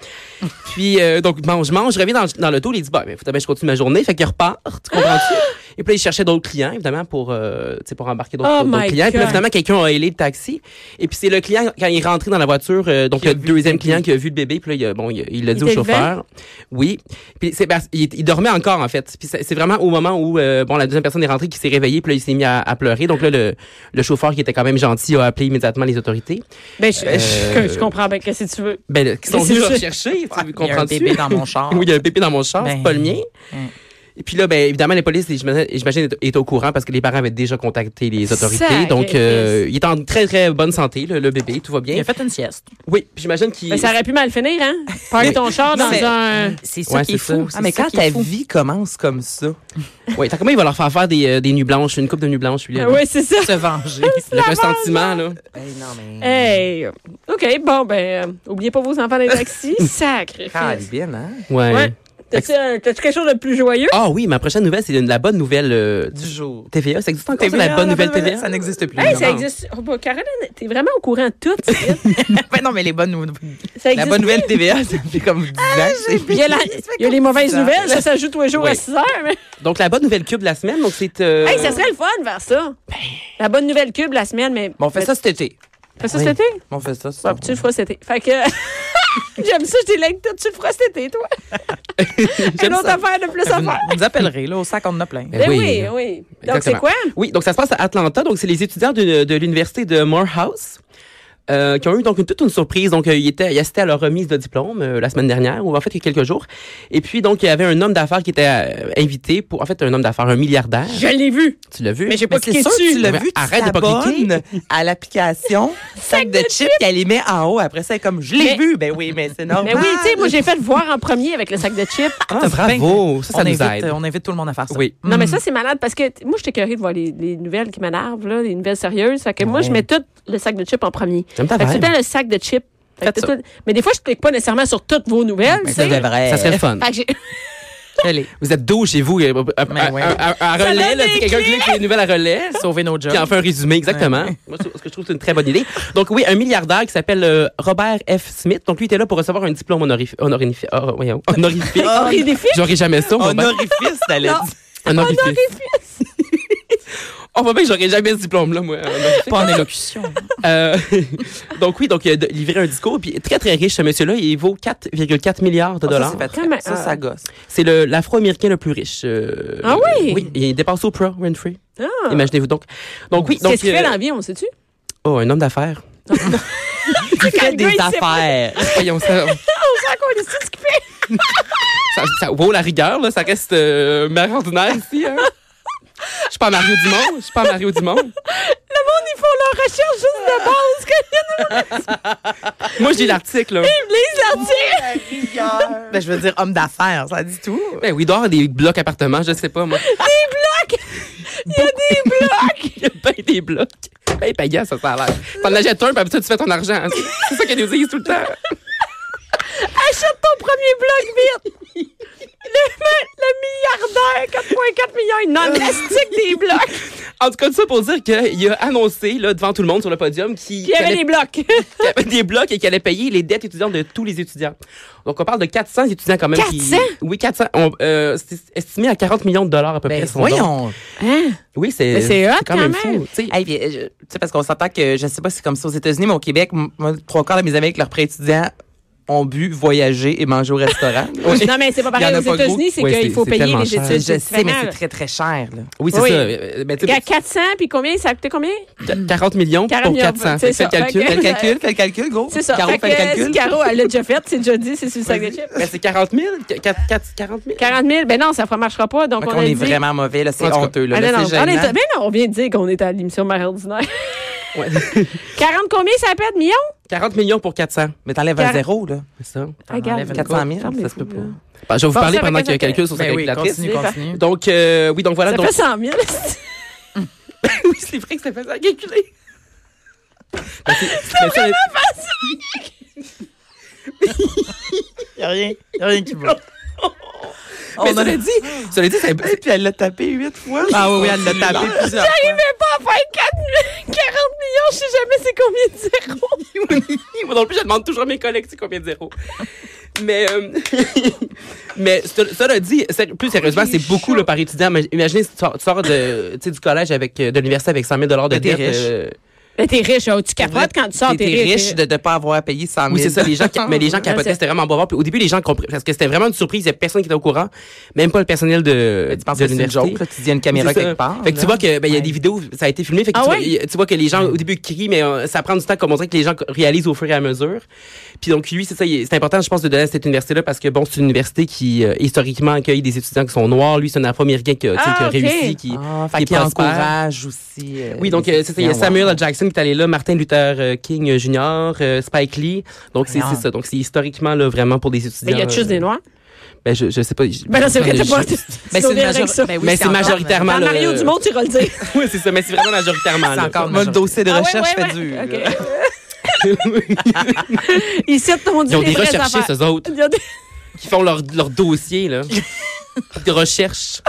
Speaker 2: Puis, euh, donc, mange, mange, je reviens dans, dans l'auto, il dit, bah, ben, faut que je continue ma journée. Fait qu'il repart, tu
Speaker 1: Ah!
Speaker 2: comprends-tu? Et puis, là, il cherchait d'autres clients, évidemment, pour, euh, tu sais, pour embarquer d'autres
Speaker 1: Oh
Speaker 2: d'autres
Speaker 1: my
Speaker 2: clients. Et puis, là,
Speaker 1: God.
Speaker 2: finalement, quelqu'un a hélé le taxi. Et puis, c'est le client, quand il est rentré dans la voiture, euh, donc,
Speaker 4: Qui a
Speaker 2: le
Speaker 4: vu le
Speaker 2: deuxième
Speaker 4: bébé.
Speaker 2: client qui a vu le bébé, puis là, il a- bon, il a- il l'a
Speaker 1: Il
Speaker 2: dit au
Speaker 1: était
Speaker 2: chauffeur. Oui. Puis c'est parce- il, il dormait encore en fait. Puis c'est c'est vraiment au moment où euh, bon la deuxième personne est rentrée qui s'est réveillée, puis là, il s'est mis à, à pleurer. Donc là le, le chauffeur qui était quand même gentil a appelé immédiatement les autorités.
Speaker 1: Ben, je, je-
Speaker 2: Euh,
Speaker 1: je comprends bien. Qu'est-ce que tu veux?
Speaker 2: Ben là, qui sont
Speaker 1: Mais c'est
Speaker 2: venus le
Speaker 1: ça.
Speaker 2: rechercher, tu
Speaker 4: Ah, Il y a
Speaker 2: comprends
Speaker 4: un bébé dans mon char.
Speaker 2: oui, il y a un bébé dans mon char,
Speaker 4: Ben,
Speaker 2: c'est pas le mien.
Speaker 4: hein.
Speaker 2: Et puis là, ben, évidemment, la police, j'imagine, j'imagine, est au courant parce que les parents avaient déjà contacté les autorités.
Speaker 1: Sacré
Speaker 2: donc, euh, il est en très, très bonne santé, le, le bébé, tout va bien.
Speaker 4: Il a fait une sieste.
Speaker 2: Oui, puis j'imagine qu'il...
Speaker 1: Ben, ça aurait pu mal finir, hein? Parler ton char
Speaker 4: Non,
Speaker 1: dans
Speaker 4: mais-
Speaker 1: un.
Speaker 4: C'est ça
Speaker 2: Ouais,
Speaker 4: qui est
Speaker 2: c'est ça.
Speaker 4: fou.
Speaker 3: Ah, mais
Speaker 4: C'est ça
Speaker 3: quand
Speaker 4: qui est
Speaker 3: ta
Speaker 4: fou.
Speaker 3: vie commence comme ça,
Speaker 2: Oui, t'as comment il va leur faire faire des, euh, des nuits blanches, une coupe de nuits blanches, lui, là.
Speaker 1: Ah Oui, c'est ça.
Speaker 4: se venger.
Speaker 2: Le ressentiment, là.
Speaker 3: non, mais.
Speaker 1: Hey! OK, bon, ben, euh, oubliez pas vos enfants dans les taxis. Sacré. fils.
Speaker 3: bien, hein?
Speaker 1: Ouais. T'as-tu un- t'as-tu quelque chose de plus joyeux?
Speaker 2: Ah oui, ma prochaine nouvelle, c'est une- la bonne nouvelle euh,
Speaker 3: Du
Speaker 2: du
Speaker 3: jour.
Speaker 2: TVA. Ça existe encore, ça, la bonne nouvelle TVA?
Speaker 4: Ça n'existe plus.
Speaker 1: Hey,
Speaker 2: non.
Speaker 1: ça existe. Oh, bah, Caroline, t'es vraiment au courant de tout. Cyril.
Speaker 4: Ouais, non, mais les bonnes nouvelles.
Speaker 1: Ça
Speaker 3: La
Speaker 1: existe.
Speaker 3: bonne nouvelle TVA, ça fait comme 10 ans. c'est-
Speaker 1: Il y a, la- il y a les mauvaises nouvelles, ça s'ajoute tous les jours à
Speaker 2: Oui.
Speaker 1: 6 heures. Mais...
Speaker 2: Donc, la bonne nouvelle cube de la semaine, donc c'est... euh,
Speaker 1: Hey, ça serait le fun vers ça. La bonne nouvelle cube la semaine, mais.
Speaker 3: Ben. Bon, on fait ça cet été.
Speaker 1: Fais ça
Speaker 2: oui.
Speaker 1: cet été?
Speaker 3: On fait ça, ça.
Speaker 1: Bon, tu le feras cet été. Fait que. J'aime ça, je t'élègue tout. Tu le feras cet été, toi. Une autre affaire de plus à
Speaker 3: Ben
Speaker 4: Vous,
Speaker 1: faire.
Speaker 4: vous nous appellerez, là, au sac, on en a plein.
Speaker 2: Ben
Speaker 1: Ben
Speaker 2: oui.
Speaker 1: oui, oui. Donc, c'est
Speaker 2: Exactement.
Speaker 1: quoi?
Speaker 2: Oui, donc ça se passe à Atlanta. Donc, c'est les étudiants de, de l'université de Morehouse. euh, qui ont eu donc une, toute une surprise. Donc, euh, ils, étaient, ils assistaient à leur remise de diplôme euh, la semaine dernière, ou en fait, il y a quelques jours. Et puis, donc, il y avait un homme d'affaires qui était euh, invité pour, en fait, un homme d'affaires, un milliardaire.
Speaker 1: Je l'ai vu.
Speaker 2: Tu l'as vu?
Speaker 1: Mais j'ai
Speaker 3: Mais
Speaker 1: pas
Speaker 3: Ben, c'est
Speaker 1: cliqué
Speaker 3: sûr que tu
Speaker 1: dessus.
Speaker 3: l'as
Speaker 2: Mais
Speaker 3: vu,
Speaker 2: arrête
Speaker 3: tu
Speaker 2: de pas
Speaker 3: t'abonnes à l'application sac de chips qu'elle les met en haut. Après ça, elle est comme je l'ai
Speaker 1: Mais-
Speaker 3: vu. Ben oui, mais c'est normal.
Speaker 1: Mais oui, tu sais, moi, j'ai fait le voir en premier avec le sac de chips.
Speaker 2: Ah, bravo! Ça, ça
Speaker 4: on,
Speaker 2: nous
Speaker 4: invite,
Speaker 2: aide.
Speaker 4: euh, on invite tout le monde à faire ça.
Speaker 2: Oui.
Speaker 1: Non, mais ça, c'est malade parce que t- moi, je suis curieuse de voir les, les nouvelles qui m'énervent, là, les nouvelles sérieuses. Fait que moi, je mets tout le sac de chips en premier.
Speaker 2: J'aime ta
Speaker 1: Fait que c'est
Speaker 2: vibe.
Speaker 1: tout le temps le sac de chips. Fait que
Speaker 2: Faites
Speaker 1: t'as
Speaker 2: ça.
Speaker 1: tout- Mais des fois, je clique pas nécessairement sur toutes vos nouvelles. tu sais.
Speaker 3: c'est vrai.
Speaker 2: Ça serait le fun.
Speaker 1: Fait que j'ai-
Speaker 4: Allez,
Speaker 2: Vous êtes deux chez vous, euh, à, à-
Speaker 4: ouais.
Speaker 2: à- à- à relais,
Speaker 1: donne
Speaker 2: là,
Speaker 1: des
Speaker 2: quelqu'un
Speaker 1: clés.
Speaker 2: clique les nouvelles à relais,
Speaker 4: sauvez nos jobs.
Speaker 2: qui en fait un résumé, exactement.
Speaker 4: Ouais.
Speaker 2: Moi, ce que je trouve que c'est une très bonne idée. Donc oui, un milliardaire qui s'appelle euh, Robert F. Smith. Donc lui, il était là pour recevoir un diplôme honorif- honorifi- oh, voyons, honorifique.
Speaker 1: Horrifique.
Speaker 2: J'aurais jamais ça. on va bien-
Speaker 3: Honorifice, t'allais
Speaker 1: Non.
Speaker 3: dire.
Speaker 2: honorifique. On va bien que j'aurais jamais ce diplôme-là, moi. honorifique.
Speaker 4: Pas en élocution.
Speaker 2: Euh, donc oui, donc il a de- livré un discours. Puis très, très riche, ce monsieur-là. Il vaut 4,4 milliards de dollars.
Speaker 3: Oh, Ça, c'est
Speaker 1: Comment-
Speaker 3: Patrick. Ça, ça gosse.
Speaker 2: C'est le- l'afro-américain le plus riche. euh,
Speaker 1: Ah oui?
Speaker 2: Oui, il dépasse Oprah Winfrey.
Speaker 1: Ah.
Speaker 2: Imaginez-vous donc. Donc oui, donc
Speaker 1: Qu'est-ce qu'il fait
Speaker 2: euh,
Speaker 1: dans la vie, on sait-tu?
Speaker 2: oh un homme d'affaires.
Speaker 3: Tu
Speaker 1: quand le
Speaker 3: fais
Speaker 1: gars,
Speaker 3: des
Speaker 1: il sait pas-
Speaker 3: affaires.
Speaker 2: Voyons ça,
Speaker 1: On sait qu'on est ce qu'il fait.
Speaker 2: ça, ça vaut la rigueur là, ça reste euh, mère ordinaire ici. Hein? Je suis pas Mario Dumont, je suis pas Mario Dumont.
Speaker 1: Le monde, ils font leur recherche juste de base. Quand
Speaker 2: Moi j'ai l'article. là.
Speaker 1: ils lisent l'article.
Speaker 4: ben, je veux dire, homme d'affaires, ça dit tout.
Speaker 2: Ben oui, il doit y avoir des blocs appartements, je sais pas moi.
Speaker 1: Des blocs. Il y a des blocs.
Speaker 2: Il y a ben des blocs. Ben payant ça ça a l'air. T'en achètes un puis après ça, tu fais ton argent. C'est ça qu'ils nous disent tout le temps.
Speaker 1: Achète ton premier bloc vite. Le, le milliardaire, 4,4 millions, il en plastique des blocs.
Speaker 2: En tout cas, tout ça pour dire qu'il a annoncé là, devant tout le monde sur le podium qu'il
Speaker 1: Il y
Speaker 2: qu'il
Speaker 1: avait
Speaker 2: allait
Speaker 1: des blocs.
Speaker 2: qui avait des blocs et qui allait payer les dettes étudiantes de tous les étudiants. Donc, on parle de 400 étudiants quand même. qui-
Speaker 1: 400?
Speaker 2: oui, 400. On, euh, c'est estimé à 40 millions de dollars à peu près. son don.
Speaker 3: Ben, Voyons. Hein?
Speaker 2: Oui, c'est
Speaker 1: Ben, Mais c'est hot quand même.
Speaker 2: fou. tu sais.
Speaker 3: Hey, puis, euh, je- tu sais, parce qu'on s'entend que je sais pas si c'est comme ça aux États-Unis, mais au Québec, m- moi, trois quarts de mes amis avec leurs prêts étudiants ont bu, voyagé et mangé au restaurant.
Speaker 1: Non, mais c'est pas
Speaker 3: Il y
Speaker 1: pareil.
Speaker 3: en a
Speaker 1: Aux
Speaker 3: pas
Speaker 1: États-Unis,
Speaker 2: gros.
Speaker 1: c'est
Speaker 2: Ouais, c'est-
Speaker 1: qu'il faut
Speaker 2: c'est
Speaker 1: payer
Speaker 2: tellement
Speaker 1: les
Speaker 2: cher.
Speaker 1: études.
Speaker 3: je sais,
Speaker 4: Ah,
Speaker 3: mais
Speaker 1: différentes.
Speaker 3: c'est très, très cher. là.
Speaker 2: Oui, c'est
Speaker 1: Oui.
Speaker 2: ça. Euh, ben, tu sais,
Speaker 1: À 400, puis combien ça a coûté combien?
Speaker 2: qu- 40 millions
Speaker 1: 40
Speaker 2: pour
Speaker 1: millions,
Speaker 2: 400.
Speaker 1: c'est
Speaker 2: Fait
Speaker 1: ça.
Speaker 2: que calcul.
Speaker 1: Fait
Speaker 3: Fais le calcul, fais le calcul, gros.
Speaker 1: C'est ça.
Speaker 3: Caro,
Speaker 1: Fait
Speaker 3: fais le
Speaker 1: que,
Speaker 3: calcul.
Speaker 1: si Caro, elle l'a déjà fait, c'est déjà dit, c'est sur le sac de chips.
Speaker 2: Ben, c'est 40 000? Qu- quatre- quatre- 40 000?
Speaker 1: 40 000, ben non, ça ne marchera pas. Donc,
Speaker 3: Fait
Speaker 1: on,
Speaker 3: qu'on
Speaker 1: a
Speaker 3: est
Speaker 1: dit...
Speaker 3: vraiment mauvais, là,
Speaker 2: En
Speaker 3: c'est
Speaker 2: tout cas,
Speaker 3: honteux. Là,
Speaker 1: Ah,
Speaker 3: Là,
Speaker 1: non, non,
Speaker 3: c'est
Speaker 1: on est-
Speaker 3: gênant.
Speaker 1: ben non, on vient de dire qu'on est à l'émission Mère ordinaire.
Speaker 2: Ouais.
Speaker 1: 40 combien ça pète? Millions?
Speaker 2: 40 millions pour 400.
Speaker 3: Mais t'enlèves un
Speaker 1: Car-
Speaker 3: zéro, là.
Speaker 2: C'est ça.
Speaker 1: Ah, regarde.
Speaker 3: 400 000,
Speaker 1: Fermez-vous,
Speaker 3: ça se peut
Speaker 1: là.
Speaker 3: pas.
Speaker 2: Ben, je vais vous
Speaker 1: Bon,
Speaker 2: parler
Speaker 1: ça fait
Speaker 2: pendant qu'il y
Speaker 1: 400.
Speaker 2: a calcul sur sa
Speaker 4: Ben oui,
Speaker 2: calculatrice.
Speaker 4: continue, continue.
Speaker 2: Donc, euh, oui, donc voilà.
Speaker 1: Ça
Speaker 2: donc,
Speaker 1: fait 100 000.
Speaker 3: c'est vrai que c'était facile à calculer.
Speaker 2: Mais Ben, ça,
Speaker 4: Il n'y a rien. Il a rien qui va.
Speaker 3: mais
Speaker 4: On
Speaker 3: cela
Speaker 4: aurait dit.
Speaker 3: dit, cela dit, c'est. Puis elle l'a tapé huit fois.
Speaker 4: Ah oui, oui, elle l'a tapé plusieurs fois.
Speaker 1: J'arrivais pas à faire 4 mi- 40 millions, je sais jamais c'est combien de zéros.
Speaker 2: Moi non plus, je demande toujours à mes collègues c'est combien de zéros. Mais, euh, mais ce- cela dit, c'est- plus sérieusement, c'est beaucoup le par étudiant. Mais Imaginez, si tu sors, tu sors de, tu sais, du collège avec, euh, de l'université avec 100 000 de
Speaker 3: Mais t'es
Speaker 2: dette.
Speaker 3: riche.
Speaker 2: euh,
Speaker 1: Mais t'es riche, hein. tu capotes quand tu sors, t'es riche.
Speaker 3: riche de ne pas avoir payé 100 000
Speaker 2: oui, c'est ça, les gens, qui- mais les gens qui
Speaker 1: Ouais, c'est-
Speaker 2: c'était vraiment bon. Au début, les gens comprenaient, parce que c'était vraiment une surprise, il n'y a personne qui était au courant, même pas le personnel de,
Speaker 3: Mais tu penses
Speaker 2: de
Speaker 3: que c'est une
Speaker 2: l'université.
Speaker 3: joke, là, tu dis, il y a une caméra
Speaker 2: C'est ça.
Speaker 3: quelque part,
Speaker 2: Fait que tu
Speaker 3: là.
Speaker 2: vois que ben, il y a
Speaker 3: Ouais.
Speaker 2: des vidéos, ça a été filmé. Fait que
Speaker 1: Ah
Speaker 2: tu, vois,
Speaker 1: ouais?
Speaker 2: y- tu vois que les gens au début crient, mais euh, ça prend du temps comme on dirait que les gens réalisent au fur et à mesure. Puis donc lui, c'est ça, il- c'est important, je pense, de donner à cette université-là parce que bon, c'est une université qui euh, historiquement accueille des étudiants qui sont noirs. Lui, c'est un Afro-américain qui, a- tu sais,
Speaker 1: Ah,
Speaker 2: qui a
Speaker 1: ok.
Speaker 2: réussi, qui,
Speaker 3: Ah,
Speaker 2: qui
Speaker 3: fait
Speaker 2: est
Speaker 3: qu'il
Speaker 2: prospère.
Speaker 3: encourage aussi. euh,
Speaker 2: Oui, donc
Speaker 3: les
Speaker 2: euh, c'est ça, il y a
Speaker 3: étudiants,
Speaker 2: Samuel
Speaker 3: ouais.
Speaker 2: L. Jackson qui est allé là, Martin Luther euh, King euh, Jr., euh, Spike Lee. Donc c'est
Speaker 4: Voyons.
Speaker 2: c'est ça, donc c'est historiquement là vraiment pour des étudiants.
Speaker 1: Mais y a juste
Speaker 2: euh,
Speaker 1: des noirs?
Speaker 2: Ben je, je sais pas. je-
Speaker 1: Ben là, c'est vrai, t'es pas.
Speaker 2: je-
Speaker 1: Mais
Speaker 4: c'est une major-
Speaker 1: ça.
Speaker 4: ben oui,
Speaker 2: Mais
Speaker 4: c'est
Speaker 2: c'est
Speaker 4: encore,
Speaker 1: Dans
Speaker 2: majoritairement là,
Speaker 1: Mario
Speaker 2: euh,
Speaker 1: Dumont, tu iras le dire.
Speaker 2: Oui, c'est ça, mais c'est vraiment majoritairement
Speaker 4: C'est
Speaker 2: là.
Speaker 4: encore
Speaker 3: Moi, le dossier de
Speaker 1: Ah ouais,
Speaker 3: recherche
Speaker 1: ouais,
Speaker 3: fait
Speaker 1: ouais.
Speaker 3: dur.
Speaker 1: Ok. Ici, on dit
Speaker 2: Ils ont
Speaker 1: les
Speaker 2: des
Speaker 1: vraies
Speaker 2: recherchés,
Speaker 1: affaires.
Speaker 2: ces autres,
Speaker 1: Il y a des-
Speaker 2: qui font leur, leur dossier, là. de recherche.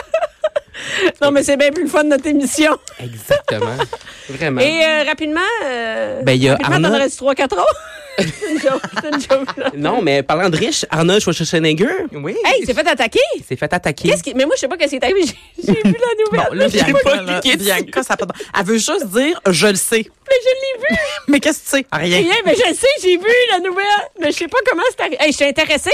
Speaker 1: Non, mais c'est bien plus le fun de notre émission.
Speaker 2: Exactement. Vraiment.
Speaker 1: Et euh, rapidement, euh,
Speaker 2: Ben, il y a
Speaker 1: rapidement, t'en
Speaker 2: Arnaud-
Speaker 1: restes 3-4 ans. c'est une joke, c'est une joke. là.
Speaker 2: Non, mais parlant de riche, Arnold Schwarzenegger
Speaker 3: Oui.
Speaker 1: Hey, il s'est fait attaquer.
Speaker 2: s'est fait attaquer.
Speaker 1: Qu'est-ce qui... Mais moi, je sais pas qu'est-ce qui est arrivé. J'ai j'ai vu la nouvelle.
Speaker 4: Bon, là,
Speaker 1: mais
Speaker 4: Bianca,
Speaker 2: pas
Speaker 4: là,
Speaker 2: cliqué dessus.
Speaker 4: Bianca, ça a pas de- Elle veut juste dire, je le
Speaker 1: je
Speaker 4: sais.
Speaker 1: l'ai vu.
Speaker 4: Mais qu'est-ce que tu sais? Rien.
Speaker 1: Rien, mais je le sais, j'ai vu la nouvelle. Mais je sais pas comment c'est arrivé. Hey, je suis intéressée.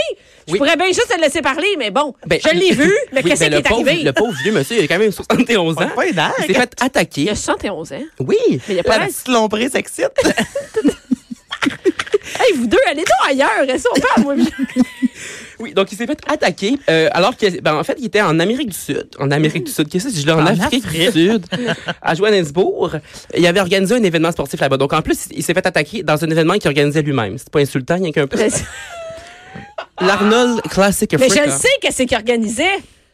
Speaker 1: Je
Speaker 2: Oui.
Speaker 1: pourrais bien juste te laisser parler, mais bon,
Speaker 2: Ben,
Speaker 1: je l'ai vu. Le
Speaker 2: Oui,
Speaker 1: qu'est-ce
Speaker 2: ben,
Speaker 1: qui est
Speaker 2: pauvre,
Speaker 1: arrivé?
Speaker 2: Le pauvre vieux monsieur, il a quand même 71 ans.
Speaker 4: Pas une heure.
Speaker 2: Il s'est fait
Speaker 1: Il
Speaker 2: attaquer.
Speaker 1: a 71 ans.
Speaker 2: Oui.
Speaker 1: Mais il a pas
Speaker 3: La
Speaker 1: l'air.
Speaker 3: petite lombrée s'excite.
Speaker 1: Hey, vous deux, allez donc ailleurs. Restez, on parle, moi.
Speaker 2: Oui, donc il s'est fait attaquer euh, alors que, ben, en fait, il était en Amérique du Sud. En Amérique
Speaker 1: Mm.
Speaker 2: du Sud, qu'est-ce que c'est? Je l'ai en,
Speaker 4: En
Speaker 2: Afrique,
Speaker 4: Afrique.
Speaker 2: du Sud, à Johannesburg. Il avait organisé un événement sportif là-bas. Donc, en plus, il s'est fait attaquer dans un événement qu'il organisait lui-même. C'est pas insultant, il y a qu'un peu.
Speaker 1: Mais
Speaker 2: L'Arnold Classic
Speaker 1: mais je
Speaker 2: Africa.
Speaker 1: le sais qu'est-ce qu'il organisait.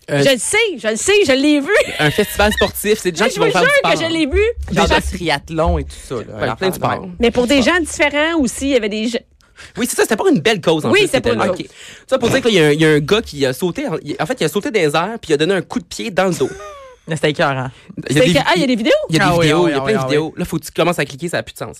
Speaker 2: Euh,
Speaker 1: Je le sais, je le sais, je l'ai vu.
Speaker 2: Un festival sportif, c'est des gens
Speaker 1: Mais
Speaker 2: qui
Speaker 1: je
Speaker 2: vont
Speaker 1: vous
Speaker 2: faire du
Speaker 1: jure
Speaker 2: sport.
Speaker 1: que je l'ai vu.
Speaker 3: Genre de triathlon et tout ça. là,
Speaker 2: Ouais, plein de
Speaker 3: l'affaire de
Speaker 2: sports.
Speaker 3: même.
Speaker 1: Mais pour des gens différents aussi, il y avait des gens.
Speaker 2: Oui, c'est ça, c'était pas une belle cause en
Speaker 1: Oui,
Speaker 2: plus,
Speaker 1: c'était pas une
Speaker 2: là.
Speaker 1: cause.
Speaker 2: OK. Ça pour dire qu'il y, a un- il y a un gars qui a sauté, en, il- en fait, il a sauté dans les airs puis il a donné un coup de pied dans le dos.
Speaker 4: Mais C'était écœurant.
Speaker 2: Il y a
Speaker 1: Fait
Speaker 2: des-
Speaker 1: que- ah, il y a des vidéos?
Speaker 2: Il y a des
Speaker 4: Ah oui,
Speaker 2: vidéos,
Speaker 4: ah
Speaker 2: il
Speaker 4: oui,
Speaker 2: y a
Speaker 4: ah
Speaker 2: plein
Speaker 4: oui,
Speaker 2: de
Speaker 4: ah
Speaker 2: vidéos. Là, faut que tu commences à cliquer, ça n'a plus de sens.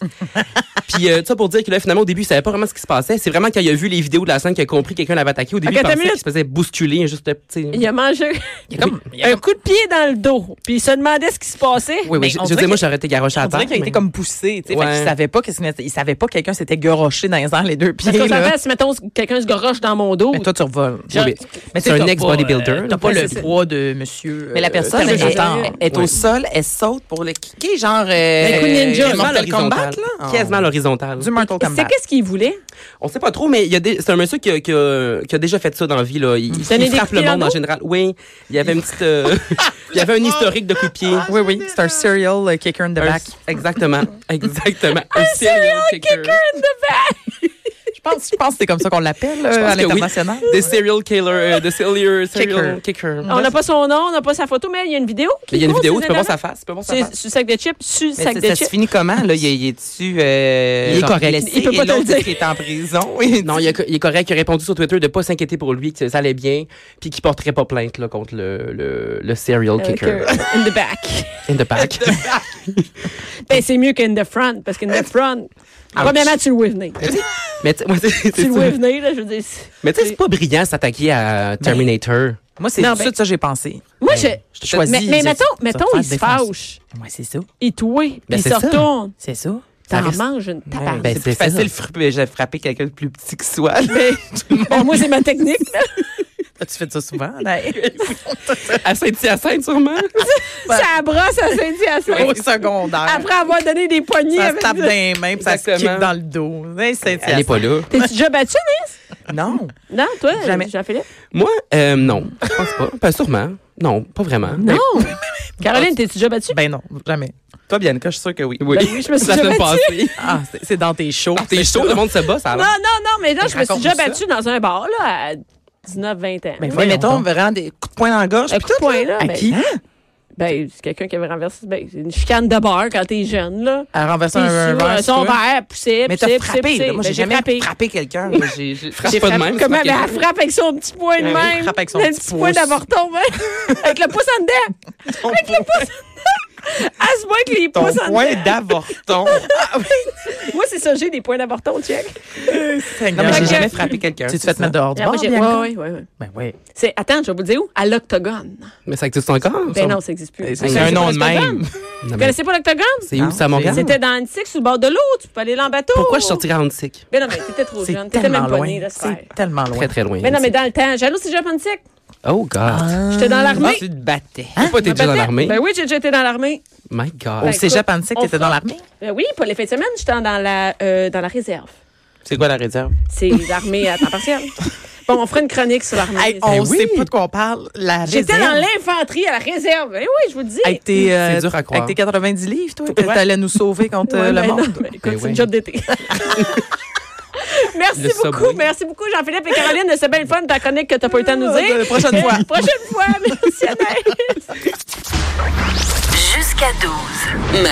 Speaker 2: Puis, euh, tout ça pour dire que là, finalement, au début, il savait pas vraiment ce qui se passait. C'est vraiment quand il a vu les vidéos de la scène qu'il a compris que quelqu'un l'avait attaqué. Au début,
Speaker 1: Ok,
Speaker 2: il
Speaker 1: attends une
Speaker 2: pensait qu'il
Speaker 1: minute.
Speaker 2: se faisait bousculer, juste, tu sais.
Speaker 1: Il a mangé
Speaker 4: Il y a comme, il y a
Speaker 1: un
Speaker 4: comme-
Speaker 1: coup de pied dans le dos. Puis il se demandait ce qui se passait.
Speaker 2: Oui,
Speaker 4: Mais
Speaker 2: oui, je,
Speaker 4: on
Speaker 2: je
Speaker 4: dirait
Speaker 2: dis, moi,
Speaker 4: que-
Speaker 2: j'aurais été garoché à
Speaker 4: on dirait
Speaker 2: terre,
Speaker 4: qu'il a été
Speaker 2: mais-
Speaker 4: comme poussé, tu sais. Fait
Speaker 2: Ouais.
Speaker 4: qu'il savait pas qu'est-ce qu'il était- il savait pas que quelqu'un s'était goroché dans les airs les deux pieds.
Speaker 1: Parce qu'on
Speaker 4: là.
Speaker 1: s'entend, si mettons quelqu'un se goroche dans mon dos.
Speaker 4: Mais toi, tu revoles.
Speaker 2: Oui, mais-
Speaker 4: Mais tu
Speaker 2: c'est
Speaker 4: sais,
Speaker 2: un
Speaker 4: t'as
Speaker 2: ex-bodybuilder,
Speaker 4: pas, euh,
Speaker 2: là.
Speaker 4: T'as pas
Speaker 1: Ouais,
Speaker 4: le
Speaker 1: c'est ça.
Speaker 4: poids de monsieur.
Speaker 3: Mais la
Speaker 4: euh,
Speaker 3: personne
Speaker 4: Serge
Speaker 3: elle-
Speaker 4: Jacinthe.
Speaker 3: elle- est
Speaker 2: Ouais.
Speaker 3: au sol, elle saute pour le kicker, genre.
Speaker 1: Le coup de ninja,
Speaker 3: euh,
Speaker 1: c'est
Speaker 2: Quasiment
Speaker 3: Mortal Kombat,
Speaker 2: l'horizontal.
Speaker 4: Ah.
Speaker 3: là.
Speaker 2: Quasiment l'horizontal.
Speaker 4: Du Mortal
Speaker 1: C'est
Speaker 4: Kombat.
Speaker 1: qu'est-ce qu'il voulait?
Speaker 2: On sait pas trop, mais il y a des- c'est un monsieur qui a, qui a- qui a déjà fait ça dans la vie. Là. Il, il
Speaker 1: donnait des
Speaker 2: frappe
Speaker 1: coups
Speaker 2: le
Speaker 1: de pied
Speaker 2: monde
Speaker 1: dans
Speaker 2: en
Speaker 1: le
Speaker 2: général. Oui, il y avait une petite, euh, il y avait un
Speaker 4: Ah.
Speaker 2: historique de coups de pied.
Speaker 4: Oui, oui. C'est un serial euh, kicker in the
Speaker 2: Un-
Speaker 4: back.
Speaker 2: exactement, exactement. Un,
Speaker 1: serial
Speaker 2: kicker.
Speaker 4: Je pense, je pense que c'est comme ça qu'on l'appelle euh,
Speaker 2: Je pense
Speaker 4: à
Speaker 2: que oui.
Speaker 4: l'international.
Speaker 2: The serial killer, euh, the serial, serial kicker.
Speaker 1: On n'a pas son nom, on n'a pas sa photo, mais il y a une vidéo. qui
Speaker 2: Il y a une
Speaker 1: court
Speaker 2: vidéo,
Speaker 1: sur
Speaker 2: tu peux voir
Speaker 1: Internet.
Speaker 2: sa face, tu peux voir sa face.
Speaker 1: C'est sur le sac de chips, sur le
Speaker 3: Mais
Speaker 1: sac
Speaker 3: ça-
Speaker 1: de
Speaker 3: ça se
Speaker 1: chips.
Speaker 3: finit comment, là? Il est, il est dessus. euh,
Speaker 2: Il est
Speaker 3: genre
Speaker 2: correct.
Speaker 3: blessé
Speaker 1: Il peut pas
Speaker 3: et
Speaker 1: te le
Speaker 3: l'autre,
Speaker 1: dire.
Speaker 3: qui est en prison. Oui.
Speaker 2: Non, il, a- il est correct. Il a répondu sur Twitter de pas s'inquiéter pour lui, que ça allait bien, puis qu'il porterait pas plainte là, contre le, le, le serial
Speaker 1: Avec,
Speaker 2: kicker.
Speaker 1: euh, in the back.
Speaker 2: In the back.
Speaker 1: Ben, c'est mieux qu'in the front, parce qu'in the front, premièrement, tu le vois venir.
Speaker 2: mais tu ouais, c'est-
Speaker 1: Tu
Speaker 2: c'est
Speaker 1: le vois
Speaker 2: ça.
Speaker 1: venir, là, je veux dire. c'est-
Speaker 2: Mais tu sais, c'est Ben, pas brillant s'attaquer à Terminator.
Speaker 4: Moi, c'est
Speaker 1: Non,
Speaker 4: tout
Speaker 1: ben-
Speaker 4: ça que j'ai pensé.
Speaker 1: Moi, je.
Speaker 2: Je te Ben, choisis.
Speaker 1: Mais, mais
Speaker 2: c'est-
Speaker 1: mettons,
Speaker 4: ça
Speaker 1: mettons,
Speaker 4: va
Speaker 1: il
Speaker 4: faire
Speaker 1: se
Speaker 4: défense.
Speaker 1: fâche,
Speaker 4: Oui, c'est ça.
Speaker 1: il touille,
Speaker 2: Ben,
Speaker 1: il
Speaker 2: c'est
Speaker 1: se
Speaker 2: ça.
Speaker 1: retourne,
Speaker 4: C'est ça.
Speaker 2: Ça
Speaker 1: t'en
Speaker 2: reste-
Speaker 1: manges une tabarde.
Speaker 2: Ben,
Speaker 3: C'est plus
Speaker 2: c'est ça.
Speaker 3: facile de frapper, j'ai frappé quelqu'un de plus petit que soi. là.
Speaker 1: Ben, moi, c'est ma technique. là.
Speaker 4: Tu fais ça souvent?
Speaker 2: À Saint-Hyacinthe, sûrement.
Speaker 1: Ça brosse à Saint-Hyacinthe.
Speaker 4: Au secondaire.
Speaker 1: Après avoir donné des poignées
Speaker 4: Ça se
Speaker 1: avec
Speaker 4: tape dans les mains, puis ça se
Speaker 2: Exactement.
Speaker 4: kick dans le dos. Hey, c'est-
Speaker 2: Elle est pas là.
Speaker 1: T'es-tu déjà battu, Nice?
Speaker 4: Non.
Speaker 1: Non, toi,
Speaker 4: Jamais.
Speaker 1: Jean-Philippe?
Speaker 2: Moi, euh, non. Je pense pas. Pas sûrement. Non, pas vraiment.
Speaker 1: Non. Caroline, t'es-tu déjà battue?
Speaker 4: Ben non, jamais.
Speaker 3: Toi, Bianca, je suis sûre que oui.
Speaker 2: Oui.
Speaker 1: Ben oui, je me suis
Speaker 2: La
Speaker 1: déjà
Speaker 2: semaine
Speaker 1: battue.
Speaker 2: passée.
Speaker 4: Ah, c'est- c'est dans tes shows.
Speaker 2: T'es chaud, le monde se bat, ça a
Speaker 1: non,
Speaker 2: l'air.
Speaker 1: non, non, mais là, je me suis
Speaker 4: raconte-nous
Speaker 1: déjà
Speaker 4: ça.
Speaker 1: battue dans un bar, là, à 19-20 ans.
Speaker 4: Ben,
Speaker 1: Un
Speaker 3: Mais
Speaker 4: Voyons
Speaker 3: mettons,
Speaker 4: donc.
Speaker 3: vraiment des coups de poing dans la gorge.
Speaker 1: coup de poing, là. ben,
Speaker 4: Hein?
Speaker 1: Ben, c'est quelqu'un qui avait renversé. Ben, c'est une chicane de bar quand t'es jeune, là.
Speaker 4: Elle renversait
Speaker 1: T'es
Speaker 4: un,
Speaker 1: sur,
Speaker 4: verre
Speaker 1: euh,
Speaker 4: sur
Speaker 1: son
Speaker 4: toi.
Speaker 1: verre, poussé,
Speaker 3: Mais
Speaker 1: poussé,
Speaker 3: t'as
Speaker 1: poussé,
Speaker 3: frappé,
Speaker 1: poussé.
Speaker 3: là. Moi, j'ai
Speaker 1: Ben,
Speaker 3: jamais frappé, quelqu'un. là. Ah, J'ai- j'ai-
Speaker 2: Frappe
Speaker 1: J'ai
Speaker 2: pas de
Speaker 1: frappé-
Speaker 2: même.
Speaker 1: Comment?
Speaker 2: c'est
Speaker 1: Ben,
Speaker 2: pas
Speaker 1: elle frappe avec son petit poing de
Speaker 4: Ouais,
Speaker 1: même.
Speaker 4: elle frappe avec son
Speaker 1: Le
Speaker 4: petit
Speaker 1: petit poing
Speaker 4: pouce.
Speaker 1: d'avorton, ben, avec le pouce en dedans. avec le pouce en dedans. À ce point que les pouces en dedans.
Speaker 3: d'avorton.
Speaker 1: Moi, c'est ça, j'ai des points d'avorton, check.
Speaker 3: Non, mais
Speaker 1: Fait
Speaker 3: j'ai
Speaker 1: que-
Speaker 3: jamais frappé quelqu'un.
Speaker 4: Tu te fais te mettre dehors du
Speaker 1: Ah,
Speaker 4: bord,
Speaker 1: moi, j'ai-
Speaker 4: Bianca?
Speaker 1: ouais, ouais, ouais, ouais.
Speaker 4: Ben oui.
Speaker 1: C'est- Attends, je vais vous le dire où? À l'octogone.
Speaker 2: Mais ça existe encore? ça?
Speaker 1: Ben non, ça n'existe plus.
Speaker 2: c'est
Speaker 1: Vous connaissez
Speaker 2: un
Speaker 3: nom
Speaker 1: pas
Speaker 3: de
Speaker 1: l'octogone?
Speaker 3: même.
Speaker 2: Non,
Speaker 1: Vous
Speaker 2: mais
Speaker 1: connaissez pas l'octogone?
Speaker 2: C'est où,
Speaker 3: Non,
Speaker 2: ça, à Montréal?
Speaker 1: C'était dans le sous le bord de l'eau. Tu peux aller là en bateau.
Speaker 2: Pourquoi je sortirais à Antique?
Speaker 1: Ben non, mais t'étais trop
Speaker 4: C'est
Speaker 1: jeune. T'étais
Speaker 4: tellement
Speaker 1: même pas né,
Speaker 4: loin.
Speaker 1: là,
Speaker 4: C'est tellement loin.
Speaker 2: Très, très loin.
Speaker 1: Mais non, mais dans le temps, j'allais au cégep antique.
Speaker 2: Oh, God.
Speaker 1: J'étais dans l'armée.
Speaker 3: Tu te battais.
Speaker 2: Pourquoi t'es déjà dans
Speaker 1: Peut-être.
Speaker 2: l'armée?
Speaker 1: Ben oui, j'ai déjà été dans l'armée.
Speaker 2: My God.
Speaker 4: Au
Speaker 1: Ben,
Speaker 4: cégep
Speaker 1: écoute,
Speaker 4: antique,
Speaker 1: on
Speaker 4: t'étais dans
Speaker 1: fera-
Speaker 4: l'armée?
Speaker 1: Ben oui, pour les fins de semaine, j'étais dans la, euh, dans la réserve.
Speaker 3: C'est quoi la réserve?
Speaker 1: C'est l'armée à temps partiel. Bon, on fera une chronique sur l'armée.
Speaker 4: on
Speaker 2: oui.
Speaker 4: sait pas de quoi on parle. La
Speaker 1: J'étais
Speaker 4: réserve.
Speaker 1: dans l'infanterie à la réserve. Ben oui, je vous le dis.
Speaker 4: Avec tes, euh,
Speaker 2: C'est dur à croire.
Speaker 4: Avec tes 90 livres, toi. T'allais nous sauver contre
Speaker 1: Ouais,
Speaker 4: euh, le
Speaker 1: ben non,
Speaker 4: monde.
Speaker 1: ben écoute,
Speaker 2: Ben
Speaker 1: c'est
Speaker 2: ouais.
Speaker 1: une job d'été. Merci
Speaker 2: Le
Speaker 1: beaucoup,
Speaker 2: Subway.
Speaker 1: merci beaucoup Jean-Philippe et Caroline de ce bel fun de ta chronique que tu n'as pas eu le temps de nous
Speaker 4: Euh,
Speaker 1: dire.
Speaker 4: prochaine fois.
Speaker 1: Prochaine fois, merci Anaïs.
Speaker 5: Jusqu'à 12.